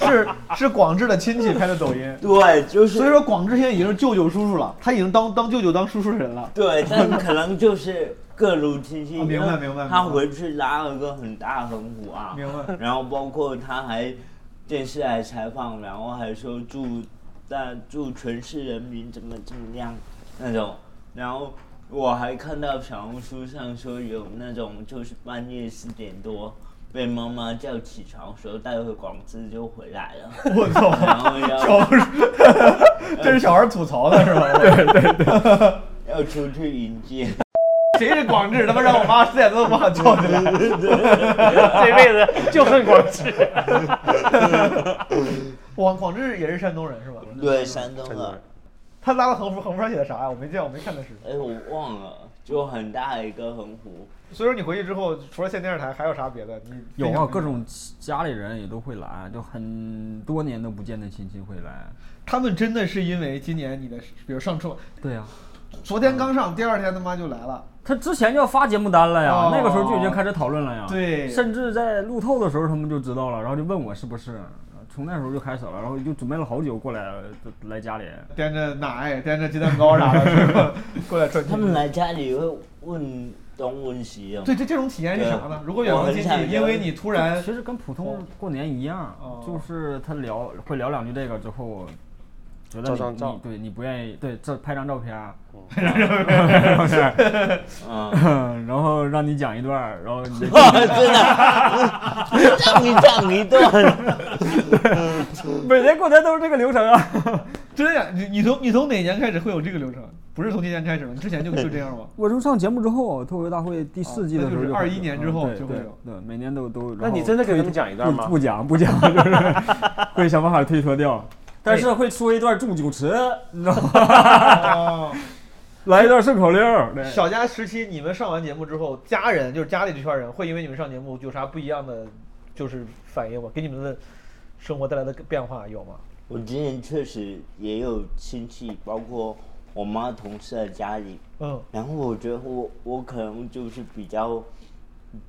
是是广志的亲戚拍的抖音，
对，就是
所以说广志现在已经是舅舅叔叔了，他已经当当舅舅当叔叔人了。
对，但可能就是各路亲戚。
啊明白明白
他
明白
回去拉了个很大横幅啊，
明白
然后包括他还电视还采访，然后还说祝大祝全市人民怎么怎么样那种，然后。我还看到小红书上说有那种就是半夜四点多被妈妈叫起床说带回广智就回来了，
我操，
然后要
小孩儿， 这是小孩儿吐槽的是吧？
要出去迎接。
谁是广志？他妈让我妈四点多把我叫起来。
这辈子就恨广智。
广广志也是山东人是吧？
对，山东的。
他拉个横幅，横幅上写的啥呀？我没见，我没看那视频。
哎，我忘了，就很大一个横幅。
所以说你回去之后，除了县电视台，还有啥别的？你
有
分
啊，
享
各种家里人也都会来，就很多年都不见的亲戚会来。
他们真的是因为今年你的，比如上春晚，
对
啊
呀、
昨天刚上，第二天他妈就来了。
他之前就要发节目单了呀，
哦
那个时候就已经开始讨论了呀。
对
甚至在路透的时候他们就知道了，然后就问我是不是，从那时候就开始了，然后就准备了好久过来呃来家里。
掂着奶，掂着鸡蛋糕啥的，是 吧过来转亲戚
他们来家里会问东问西哦。
对，这这种体验是啥呢
对？
如果远房亲
我很
戚
想
因为你突然
其实跟普通过年一样，
哦
就是他聊会聊两句这个之后，觉得
照张
你
照
你对你不愿意对这拍张照片啊儿，
哦
嗯，
啊
然后让你讲一段儿，然后 你
真的， 让你讲一段。
每年过年都是这个流程啊。
真呀，你你从你从哪年开始会有这个流程？不是从今年开始吗？你之前就就这样吗？
我从上节目之后，脱口秀大会第四季的时候
那就是
就开始
21年之后
嗯对
就会
对
有
对，每年都都。
那
然后
你真的给他
推
们讲一段吗
不不讲不讲，就是 会想办法推 脱掉，但是会出一段祝酒词，你知道吗？
哦，
来一段顺口溜儿。对
小家时期，你们上完节目之后，家人就是家里这圈人，会因为你们上节目有啥不一样的，就是反应吗？给你们的生活带来的变化有吗？
我之前确实也有亲戚，包括我妈同事的家里，
嗯，
然后我觉得我我可能就是比较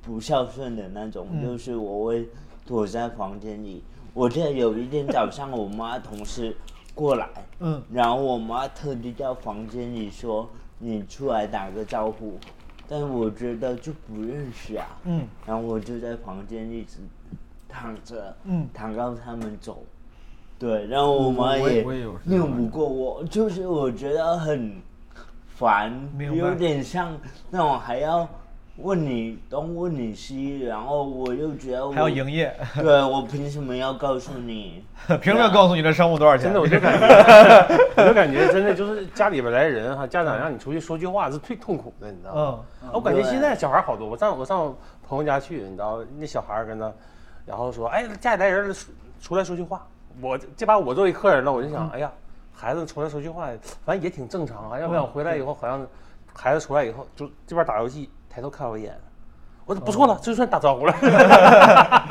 不孝顺的那种，就是我会躲在房间里。我记得有一天早上，我妈同事过来，
嗯，
然后我妈特地到房间里说：“你出来打个招呼。”但我觉得就不认识啊，
嗯，
然后我就在房间一直躺着，
嗯
躺到他们走。对，然后我妈
嗯我也
也
我也有这
拗不过我，就是我觉得很烦，
明白
有点像那种还要问你东问你西，然后我又觉得我
还要营业，
对我凭什么要告诉你？
凭什么要告诉你这商务多少钱？
真的，我就感 觉，我就感觉真的就是家里边来人哈，家长让你出去说句话是最痛苦的，你知道吗？嗯，我感觉现在小孩好多，我上我上朋友家去，你知道那小孩跟他，然后说，哎，家里来人了出出来说句话，我这把我作为客人了，我就
嗯
想，哎呀，孩子出来说句话，反正也挺正常啊，
嗯
要不然我回来以后好像孩子出来以后就这边打游戏，抬头看我一眼。我说不错了，这就算打招呼了，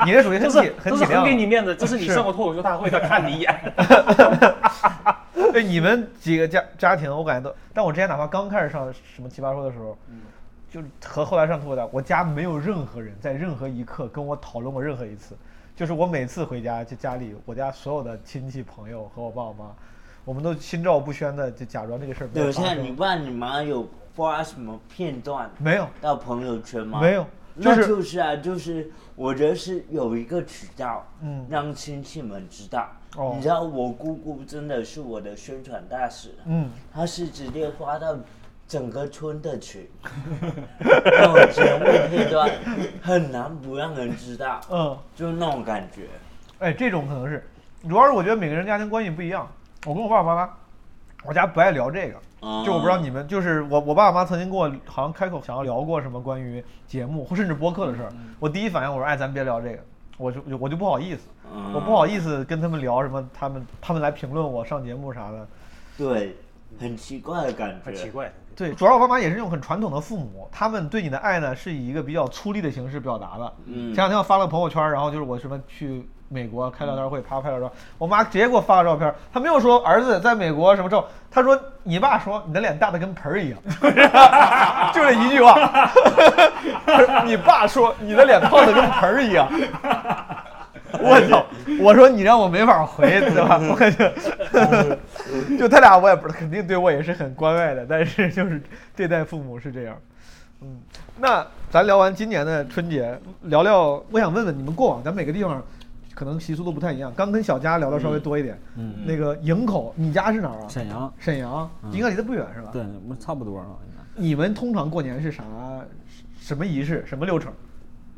你这嗯属于很
就是
体
就
体
是
谅
很给你面子，这是你上过脱口秀大会，他看你一眼。
对哎你们几个家家庭，我感觉都，但我之前哪怕刚开始上什么奇葩说的时候，
嗯
就是和后来上脱口秀大会，我家没有任何人在任何一刻跟我讨论过任何一次。就是我每次回家，就家里我家所有的亲戚朋友和我爸我妈，我们都心照不宣的就假装这个事儿没
对，
有发
像你
生。
爸你妈有发什么片段
没有，
到朋友圈吗？
没有就
那
是
就是啊，就是我觉得是有一个渠道，
嗯
让亲戚们知道。
哦
你知道我姑姑真的是我的宣传大使，
嗯，
她是直接发到整个村的 群，那种节目片段很难不让人知道，
嗯，
就那种感觉。
哎，这种可能是，主要是我觉得每个人家庭关系不一样。我跟我爸爸妈妈，我家不爱聊这个，就我不知道你们，就是我我爸爸妈曾经跟我好像开口想要聊过什么关于节目或甚至播客的事儿，我第一反应我说哎，咱别聊这个，我就我就不好意思，我不好意思跟他们聊什么，他们他们来评论我上节目啥的。
对，很奇怪的感觉。
很奇怪，
对，主要我爸妈也是那种很传统的父母，他们对你的爱呢是以一个比较粗粝的形式表达的。
嗯
前两天我发了个朋友圈，然后就是我什么去美国开聊天会，啪拍了照，我妈直接给我发个照片，她没有说儿子在美国什么照，她说你爸说你的脸大的跟盆儿一样， 就这一句话， 你爸说你的脸胖的跟盆儿一样。我操！我说你让我没法回，对吧？我感觉， 就他俩我也不知道，肯定对我也是很关爱的，但是就是这代父母是这样。嗯，那咱聊完今年的春节，聊聊我想问问你们过往，咱每个地方可能习俗都不太一样。刚跟小佳聊的稍微多一点，
嗯
那个营口，你家是哪儿啊？
沈阳，嗯
沈阳，应该离得不远是吧？
对，我差不多了，应该
你们通常过年是啥？什么仪式？什么流程？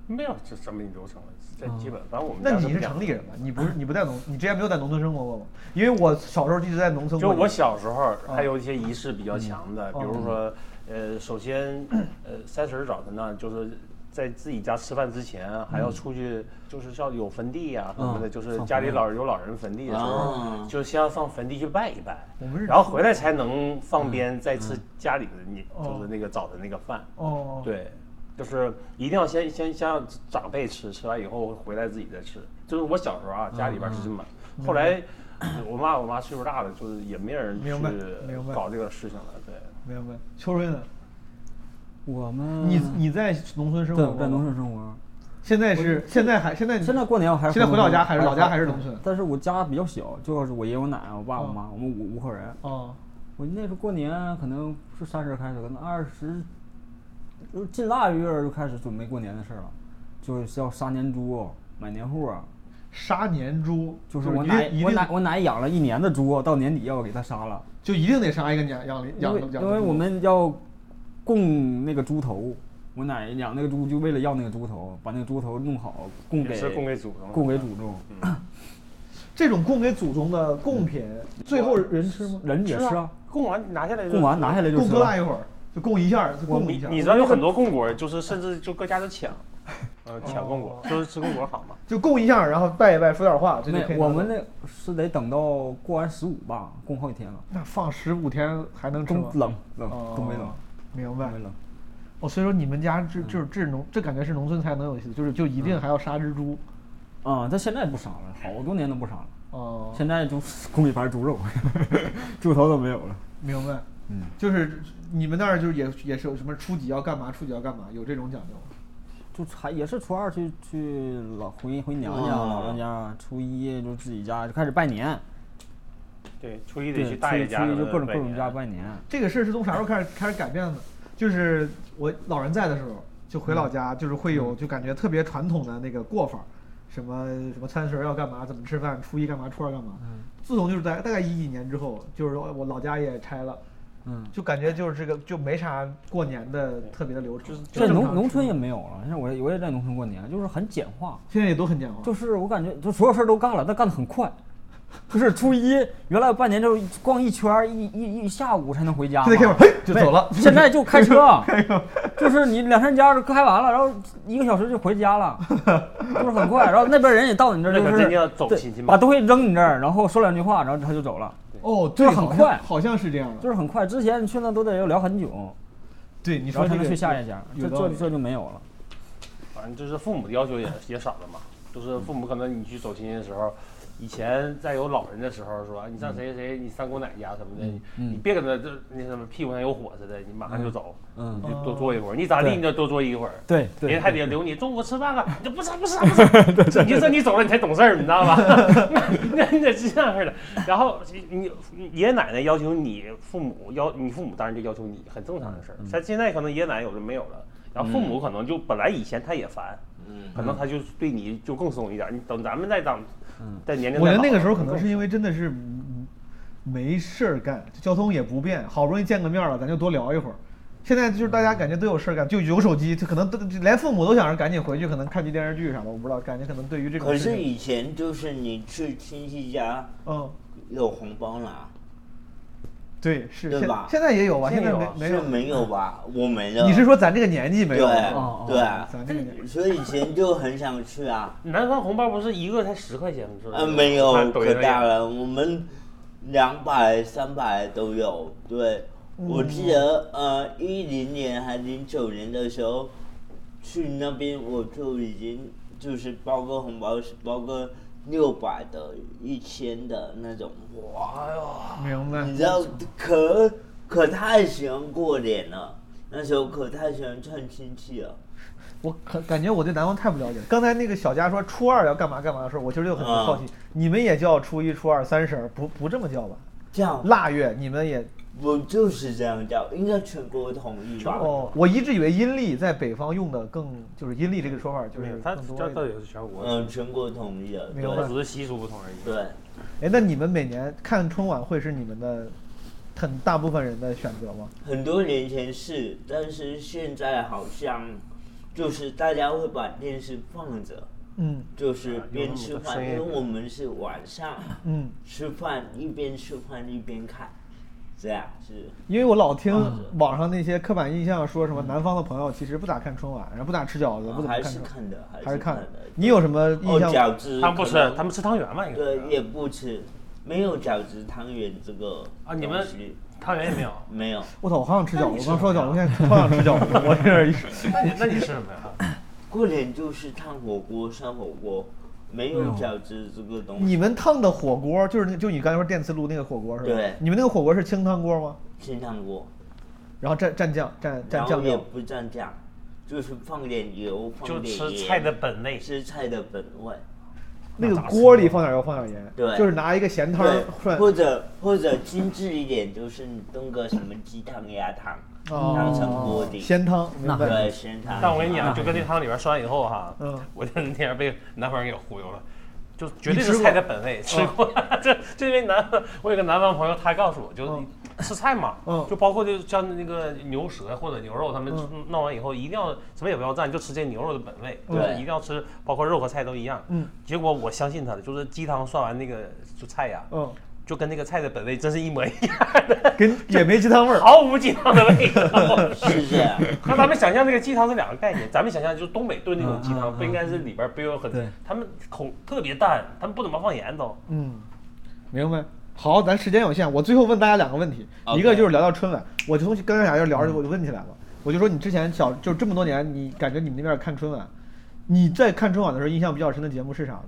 没有这什么流程，这基本反正我们
那
家
你是
不这样
城里人吧？你不是你不在农，你之前没有在农村生活过吗？因为我小时候一直在农村
就
过嗯年。
我小时候还有一些仪式比较强
哦
的，比如
嗯
说，呃，首先，呃，三十儿早晨呢，就是在自己家吃饭之前，啊
嗯
还要出去，就是要有坟地呀、什么的，就是家里老有老人坟地的时候，
啊
就先要上坟地去拜一拜
我们是，嗯
然后回来才能放鞭再吃家里的你
哦
就是那个早晨那个饭，
哦，
对。就是一定要先先先让长辈吃，吃完以后回来自己再吃。就是我小时候啊，家里边是这么，
嗯
后来我妈我妈岁数大了，就是也没人去
明白明白
搞这个事情了。对，
没有没有。秋瑞呢？
我们
你你在农村生活过
嗯对
吗？
在农村生活，
现在是现在还现在
现在过年我还是
现在回老家还
还
是老家还是农村？
但是我家比较小，就是我爷爷我奶奶我爸我妈，我们五五口人。
哦，
我那时候过年可能是三十开始，可能二十，就是近腊月就开始准备过年的事儿了，就是要杀年猪、买年货，
杀年猪
就是我
一
奶
定一
我
定
奶我奶养了一年的猪，到年底要给它杀了，
就一定得杀一个养养
因
养
为
养
因为我们要供那个猪头，我奶养那个猪就为了要那个猪头，把那个猪头弄好供
也
给
是供给嗯祖宗的
供给祖宗，
这种供给祖宗的贡品，最后人吃吗？
人也吃啊，
供完拿下来就
供完拿下来就
供
吃
多
了
大一会儿？就供一下儿，就供一
你
下儿，
你知道有很多供果，就是甚至就各家都抢，呃，抢供
哦
果，就是吃供果好嘛。
就供一下儿，然后拜一拜，说点话，这就可以
没，
拿走。
我们那是得等到过完十五吧，供好几天了，
那放十五天还能吃
冬
吗？
冷冷
哦
东北冷，
明白
东北。冷。嗯
哦，所以说你们家这这这农这感觉是农村才能有意思，就是就一定还要杀只猪。
啊、他现在不杀了，好多年都不杀了。
哦，
现在就 供一盘猪肉，猪头都没有了。
明白。
嗯，
就是你们那儿就是也也是有什么初几要干嘛，初几要干嘛，有这种讲究吗？
就还也是初二去去老回回娘
嗯
家、
啊
老人家，初一就自己家就开始拜年，
对，初一得
对，
去
初
大爷
一
家
初一就各种
拜
各种
年
家拜年。
这个事儿是从啥时候开始开始改变的？就是我老人在的时候，就回
嗯
老家，就是会有就感觉特别传统的那个过法儿，什么什么三十儿要干嘛，怎么吃饭，初一干嘛，初二干嘛。
嗯
自从就是在大概一几年之后，就是我老家也拆了，
嗯，
就感觉就是这个就没啥过年的特别的流程，
在
正
农
常
农村也没有了。现在我也我也在农村过年，就是很简化，
现在也都很简化，
就是我感觉就所有事儿都干了，但干得很快。 就是初一，原来半年就逛一圈儿一一一下午才能回家嘛，
现在开门嘿就
没
走了
现在就 开车，就是你两三家就开完了，然后一个小时就回家了，就是很快。然后那边人也到你这儿，
那可
就
真要
是
走
对
亲戚嘛
把东西扔你这儿，然后说两句话，然后他就走了，
哦，对，
很
好像
快
好像是这样的。
就是很快。之前去那都得要聊很久，
对，你
然
说
后才
这
能
个
去下一家，
有
这
道
这
理
这就没有了。
反正就是父母的要求也也少了嘛，就是父母可能你去走亲戚的时候，以前在有老人的时候说，啊你上谁谁谁，你上姑奶家什么的，
嗯
你别跟他这那什么屁股上有火似的，你马上就走，
嗯
你就多坐一会儿，你咋地
对
你就多坐一会儿。
对对，
人还得留你，中午吃饭了，你就不吃不吃不吃，你就说你走了，你才懂事儿，你知道吧？那那是这样式的。然后你你爷爷奶奶要求你，父母要你父母当然就要求你，很正常的事儿。像现在可能爷爷奶奶有的没有了，然后父母可能就本来以前他也烦，可能他就对你就更松一点儿。你等咱们再长，在年龄
我觉
再
得那
老
个
了
时候可能是因为真的是嗯没事儿干，交通也不便，好不容易见个面了，咱就多聊一会儿。现在就是大
嗯
家感觉都有事儿干，就有手机，就可能都连父母都想着赶紧回去，可能看集电视剧啥的，我不知道，感觉可能对于这种
可
事
是
情，
以前就是你去亲戚家
嗯，
有红包拿，
对，是
对
现
吧
现在也有吧？
现
现在
在有
没
啊
没
是
有？
没有吧？我没了。
你是说咱这个年纪没
对
有？
哦
哦咱这个年
对，所以以前就很想去啊。
南方红包不是一个才十块钱，是吧？
呃，没有
看抖音
可
上
大
有。
了，我们两百、三百都有。对，
嗯
我记得呃，一零年还零九年的时候，去那边我就已经就是包个红包，包个六百的、一千的那种，哇哟！
明白
你知道可可太喜欢过年了，那时候可太喜欢串亲戚啊了。
我可感觉我对南方太不了解了。刚才那个小佳说初二要干嘛干嘛的时候，我其实就很
啊
好奇，你们也叫初一、初二、三十儿，不不这么叫吧？
这样，
腊月你们也
我就是这样叫，应该全国统一吧？
哦，我一直以为阴历在北方用的更就是阴历这个说法就
没
是
有，他
更多
这
一
到
点。
底是全国的，
嗯，全国统一了。
明白
我
对
只是习俗不同而已。
对，
哎，那你们每年看春晚会是你们的很大部分人的选择吗？
很多年前是，但是现在好像就是大家会把电视放着，
嗯
就是边吃
有那么多声
饭，
音
因为我们是晚上
嗯，
吃饭，一边吃饭一边看，这样是。
因为我老听网上那些刻板印象说什么南方的朋友其实不咋看春晚，然后不咋吃饺子，
啊
不怎么
还
看
是
春晚，
看的，
还是看
看
的
的。
你有什么
哦
印，象？
饺子
他们不吃
可，能
他们吃汤圆吧？应该
对
是
也不吃，没有饺子汤圆这个
啊，你们
东西
汤圆也没有？
没有
我操，我好想吃饺子！我刚说饺子，我现在好想吃饺子。我这人一
那你那你吃什么呀？
过年就是烫火锅、烧火锅，没有饺子这个东西。
你们烫的火锅就是那就你刚才说电磁炉那个火锅是吧？
对
你们那个火锅是清汤锅吗？
清汤锅，
然后蘸蘸酱，蘸
然
蘸
后
酱
也
料。
不蘸酱，就是放点油，
就
放点
吃
盐
菜的本味。
啊
吃菜的本味。
那个锅里放点油，放点盐。
对
就是拿一个咸汤
对，
涮。
或者或者精致一点，就是你炖个什么鸡汤、鸭汤，当成锅
哦，
底。
鲜汤，明白。
对，鲜汤。
但我跟你讲，就跟那汤里边涮完以后哈，
啊嗯
我就那天被南方人给忽悠了，就绝对
你吃
是
过嗯
菜的本味，吃过。 这这因为南，我有个南方朋友，他告诉我，就
嗯
吃菜嘛
嗯，
就包括就像那个牛舌或者牛肉，他们弄完以后一定要什么也不要蘸，就吃这牛肉的本味，
嗯
就是一定要吃，包括肉和菜都一样。
嗯
结果我相信他的，就是鸡汤涮完那个就菜呀，
嗯，
就跟那个菜的本味真是一模一样，
跟也没鸡汤味儿。
毫无鸡汤的味道。
是这样。
那咱们想象那个鸡汤是两个概念，咱们想象就是东北炖那种鸡汤，不应该是里边儿不有很，他们口特别淡，他们不怎么放盐都。
嗯，明白。好，咱时间有限，我最后问大家两个问题，
OK
一个就是聊聊春晚，我就从跟大家就聊着我就问起来了，我就说你之前小就这么多年，你感觉你们那边看春晚，你在看春晚的时候印象比较深的节目是啥呢？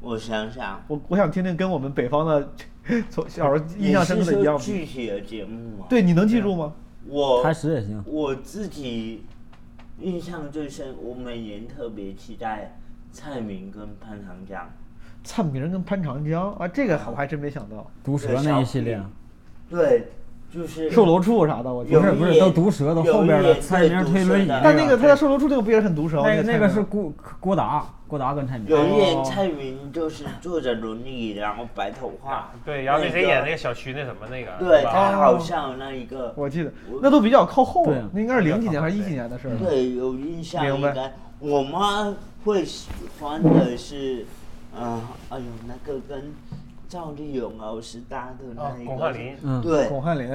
我想想，
我我想听听跟我们北方的 从小时候印
你
象深
是说
刻的一样吗？
具体的节目吗？，
对，你能记住吗？
我
开始也行。
我自己印象最深，我每年特别期待蔡明跟潘长江。
蔡明跟潘长江啊，这个我还真没想到，
毒
对
蛇那
小
一系列
品，对，就是
售楼处啥的，我记
有
不
得。
是
一
不是
眼
都毒蛇，都后边
有一
了。
眼
蔡明推轮
对
椅
毒蛇的
但
个
那个他在售楼处那个不也是很毒舌吗？
那个
蔡
那个
明
是郭郭达，郭达跟蔡明。
有一年蔡明就是坐着轮椅，然后白头发。
对，然后那谁
个
演那个小区那什么那个，
对
吧？
他好像那一个，
我记得
我
那都比较靠后
对
了，那应该是零几年还是一几年的事儿了。
对，有印象应
明白
该。我妈会喜欢的是，嗯，哎呦，那个跟赵丽蓉老师搭的那一个，
巩汉哦林，
嗯，
对，
巩汉林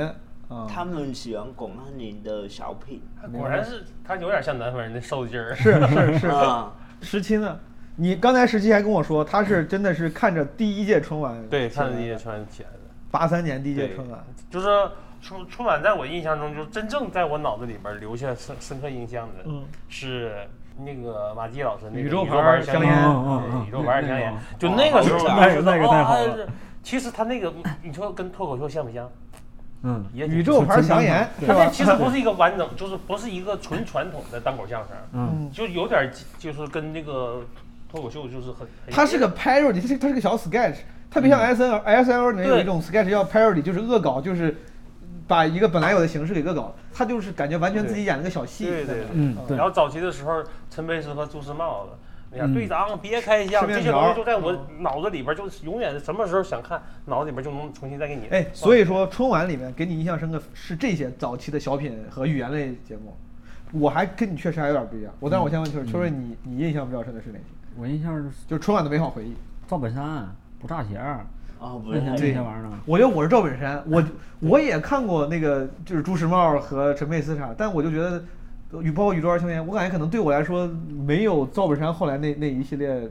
啊，
他们喜欢巩汉林的小品，
果然是他有点像南方人的瘦劲儿。
是是是，
啊，
十七呢？你刚才十七还跟我说，他是真的是看着第一届春晚，
对，看着也穿起来的。
八三年第一届
对
春晚，
就是春春晚，在我印象中，就是真正在我脑子里边留下深深刻印象的，
嗯
是那个马季老师那个
宇宙
宇
牌
牌
香
烟，
烟
嗯嗯嗯
对宇宙牌
那
香烟
那，
就那个时候我就
那个那个
知道
太好了。
啊其实他那个，你说跟脱口秀像不像？
嗯，
也挺
宇宙牌祥言是
他那
吧？
其实不是一个完整，就是不是一个纯传统的单口相声，
嗯，
就有点就是跟那个脱口秀就是很，很
他是个 parody，他是他是个小 sketch，特别像 S N S N L 里面有
对
一种 sketch 叫 parody，就是恶搞，就是把一个本来有的形式给恶搞，他就是感觉完全自己演了个小戏。
对对，
嗯对
然后早期的时候，陈佩斯和朱时茂的，哎呀，队长别开
吃
枪，
面
这些
条
东西就在我脑子里边，就是永远什么时候想看，脑子里边就能重新再给你。
哎，所以说春晚里面给你印象深刻是这些早期的小品和语言类节目。我还跟你确实还有点不一样。我，
嗯
但是我先问秋儿，秋儿你你印象比较深的是哪些？
我印象就是
就是春晚的美好回忆。
赵本山不差钱儿，
哦，不
那
是太
些
嗯
那
对
些玩意儿呢。
我觉得我是赵本山，我我也看过那个就是朱时茂和陈佩斯啥，但我就觉得与包括宇宙二青年，我感觉可能对我来说没有赵本山后来那那一系列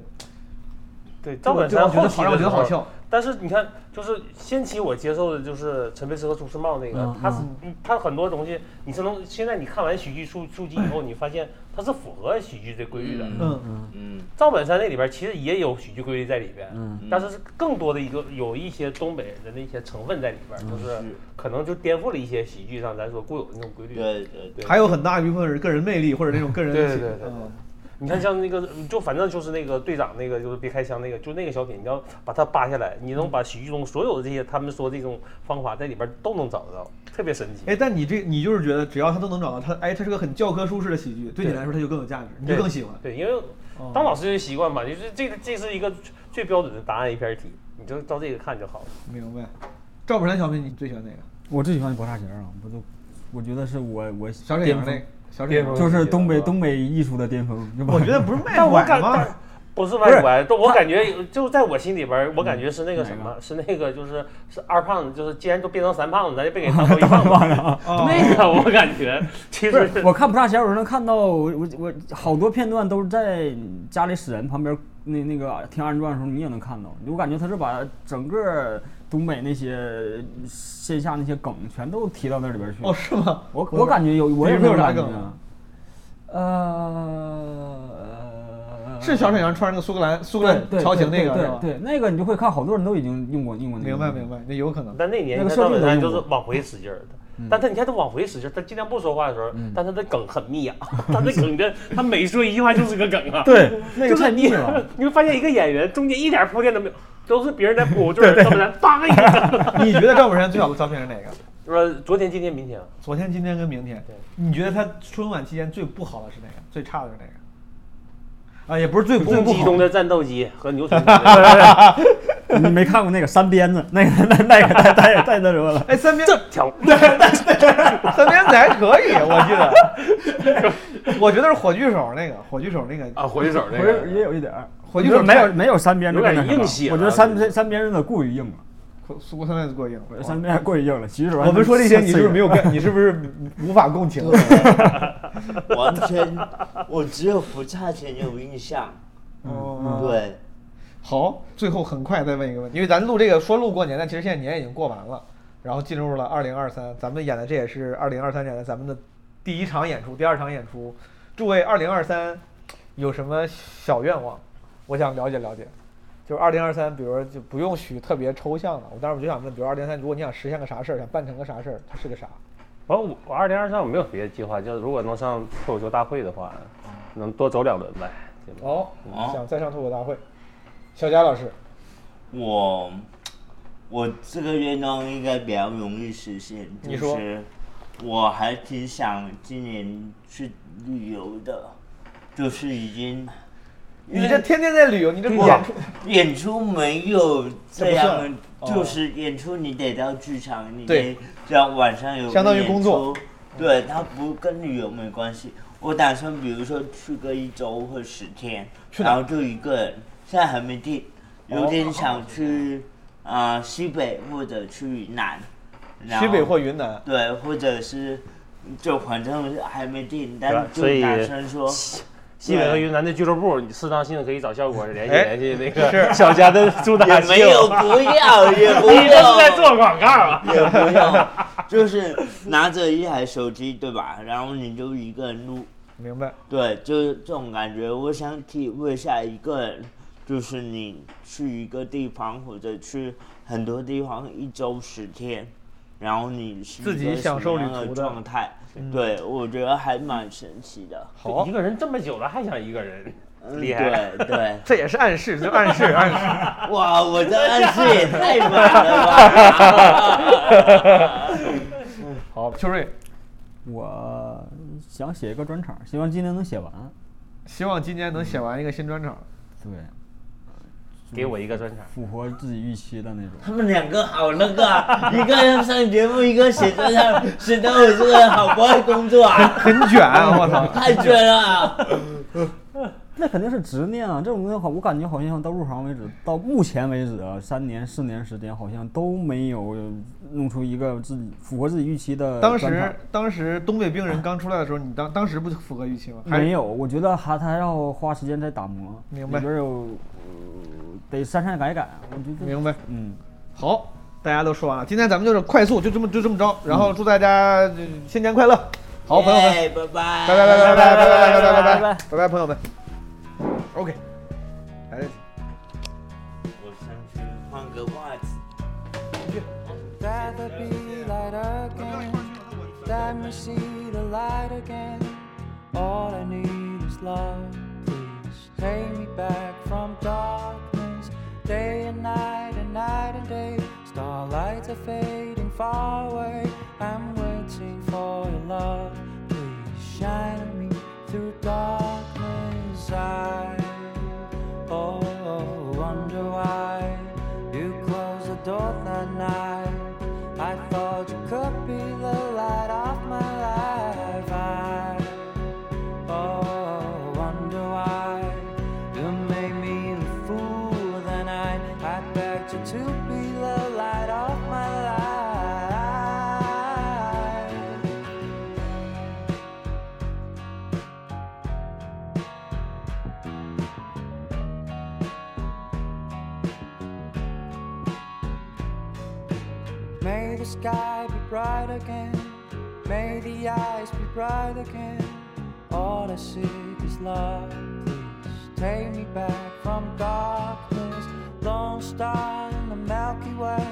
对赵本
就
山
我觉得好
后期
让我
的
觉
时
得好
候
笑，
但是你看，就是先期我接受的就是陈佩斯和朱时茂那个，
嗯
他是嗯他很多东西你是能现在你看完喜剧书书籍以后，你发现它是符合喜剧的规律的。
嗯嗯
嗯，
赵本山那里边其实也有喜剧规律在里边，
嗯
但是是更多的一个有一些东北人的一些成分在里边，就是可能就颠覆了一些喜剧上咱说固有的那种规律。
对对对，
还有很大一部分是个人魅力或者那种个人
对
的
对对对
嗯
你看像那个，就反正就是那个队长那个，就是别开枪那个，就那个小品，你要把它扒下来，你能把喜剧中所有的这些他们说这种方法在里边都能找得到，特别神奇。
哎，但你这你就是觉得只要他都能找到他，哎，他是个很教科书式的喜剧，对你
对
来说他就更有价值，你
对
就更喜欢。
对，因为当老师就习惯嘛，就是这个这是一个最标准的答案一篇题，你就照这个看就好了。
明白。赵本山小品你最喜欢哪个？
我最喜欢的薄纱鞋啊，我就我觉得是我我
小沈
巅
阳那
峰
个，小沈
巅
阳。
峰
就是东北
是吧
东北艺术的巅峰，是吧
我觉 得不是卖
但我
拐
感
吗？
但不是
不
外
是
拐，都我感觉就在我心里边儿，我感觉是那个什
哪
么，是那个就是是二胖子，就是既然都变成三胖子，咱就别给他当一胖子。
啊
那个我感觉其
不
实
是，我看不大仙，我能看到我我我好多片段都是在家里死人旁边那那个听二人转的时候，你也能看到。我感觉他是把整个东北那些线下那些梗全都提到那里边去。
哦，是吗？
我我感觉有，我也
比如说有
能
啥
感觉
梗啊？
啊呃，
是小沈阳穿那个苏格兰苏格兰
对
调情那个是吧？
对对对，那个你就会看，好多人都已经用过用过那个。
明白明。白，那有可能。
但那年
那个
他
设
赵
定
本
都
山就
用
是
过
往回使劲儿的。但他你看他往回使劲儿，他尽量不说话的时候，但他的梗很密啊， 他的梗的，他每说一句话就是个梗啊。
对，那
就
个
是
太
你
腻了。，
你会 发现一个演员中间一点铺垫都没有，都是别人在 补，就是赵本山叭一个。
你觉得赵本山最好的小品是哪个？
说昨天、今天、明天啊，
昨天、今天跟明天
对，
你觉得他春晚期间最不好的是哪个？最差的是哪个？啊，也不是最最
公
不
鸡
好
中
的，
的战斗机和牛群中 的
你 没看过那个三鞭子，那个那那个太太太那什么了。
哎，三边
枪。
三边仔还可以，我记得，我觉得是火炬手那个，火炬哎手那个
啊，火炬手那
我也也
个，
有一点儿，
火炬
我觉
手
得没有
太
没有三鞭子
有
那
点
个什么
硬气啊
我觉得
这
三
个
三三鞭子有点过于硬了，
苏国三鞭子过硬
我觉。得三鞭子过于硬了。其实
我们说这些，你是不是没
有？
有跟？你是不是无法共情？
完全，我只有不差钱有印象，
哦，
对，
好，最后很快再问一个问题，因为咱录这个说录过年，但其实现在年已经过完了，然后进入了二零二三，咱们演的这也是二零二三年的咱们的第一场演出，第二场演出。诸位，二零二三有什么小愿望？我想了解了解。就是二零二三，比如说就不用许特别抽象的，我当时我就想问，比如二零二三，如果你想实现个啥事儿，想办成个啥事儿，它是个啥？
完我我二零二三我没有别的计划，就是如果能上脱口秀大会的话，能多走两轮呗。对吧
哦
哦，
想再上脱口大会。小佳老师，
我我这个愿望应该比较容易实现，
你
就
说
是我还挺想今年去旅游的，就是已经
你这天天在旅游，你这
我
演出
演出没有这样的
这，不算哦
就是演出你得到剧场，你
对
得这样晚上有个
相当于工作嗯
演出，对，它不跟旅游没关系。我打算比如说去个一周或十天，
去哪
然后就一个人，现在还没定，有点想去
哦
啊、呃西北或者去南，然后
西北或云南。
对，或者是就反正还没定，
对
但
吧
就
所以
啊
打 算说。
西北和云南的俱乐部，你适当性的可以找效 果联系
哎
联系那个小 家的主打
也
秀
没有，不要，也不要。
你这是在做广告啊！
也不用，就是拿着一台手机，对吧？然后你就一个人录，
明白，
对，就是这种感觉。我想体会一下一个人，就是你去一个地方或者去很多地方一周十天，然后你是一个
自己享受旅途的嗯
什么样状态，对我觉得还蛮神奇的。
好
一，个人这么久了还想一个人，
嗯
厉害！
对对，
这也是暗示，就暗示暗示。
哇，我这暗示也太满了吧！
好，秋瑞，
我想写一个专场，希望今年能写完。
希望今年能写完一个新专场。
对，
给我一个专场。
符合自己预期的那种。
他们两个好那个啊， 一个要上节目，一个 写专场，显得我这个人好不爱工作啊，
很卷啊，我操！
太卷了啊。
那肯定是执念啊，这种东西好，我感觉好像到入行为止，到目前为止啊，三年四年时间，好像都没有弄出一个自己符合自己预期的
当
专场
时当时东北病人刚出来的时候，你当当时不符合预期吗？还
没有，我觉得还他要花时间再打磨，
明白
里边有、呃得删删改改啊。我觉得，
明白。
嗯，
好，大家都说完了，今天咱们就是快速，就这么就这么着，然后祝大家呃新年快乐，好朋友们，
耶，哎拜拜，
拜拜拜拜拜拜拜拜拜拜
拜
拜
拜
拜拜朋友们，OK，来这。
我上去换个袜子。
I'd rather be light again than we see the light again. All I need is love, please. Take me back from darkness, day and night and night and day. Starlights are fading far away. I'm waiting for your love, please. Shine on me through darkness. I oh, wonder why you closed the door that night. I thought you could be the light of my life. I oh wonder why you made me the fool that night. I begged you to be the light of my life. May the sky be bright again. May the eyes be bright again. All I seek is love. Please take me back from darkness. Lone star in the Milky Way.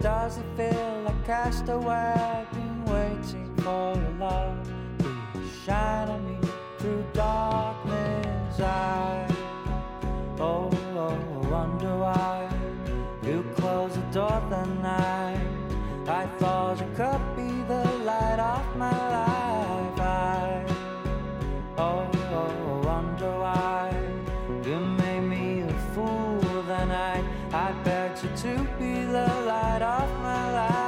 Does it feel like castaway? Been waiting for your love. Please shine on me through darkness. I Oh, oh, wonder why you closed the door that night. I thought you could be the light of my life. I, oh, oh, wonder why you made me a fool that night. I begged you to be the light of my life.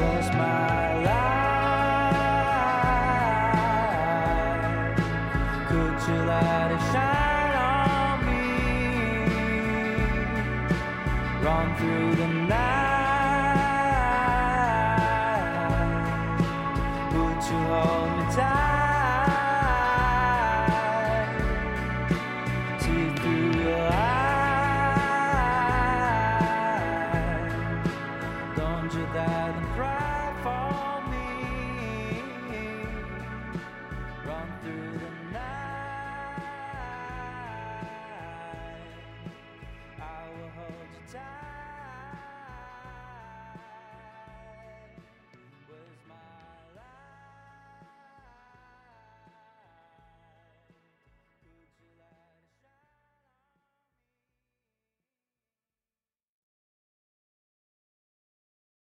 was my life. Could you let it shine on me? Run through the night.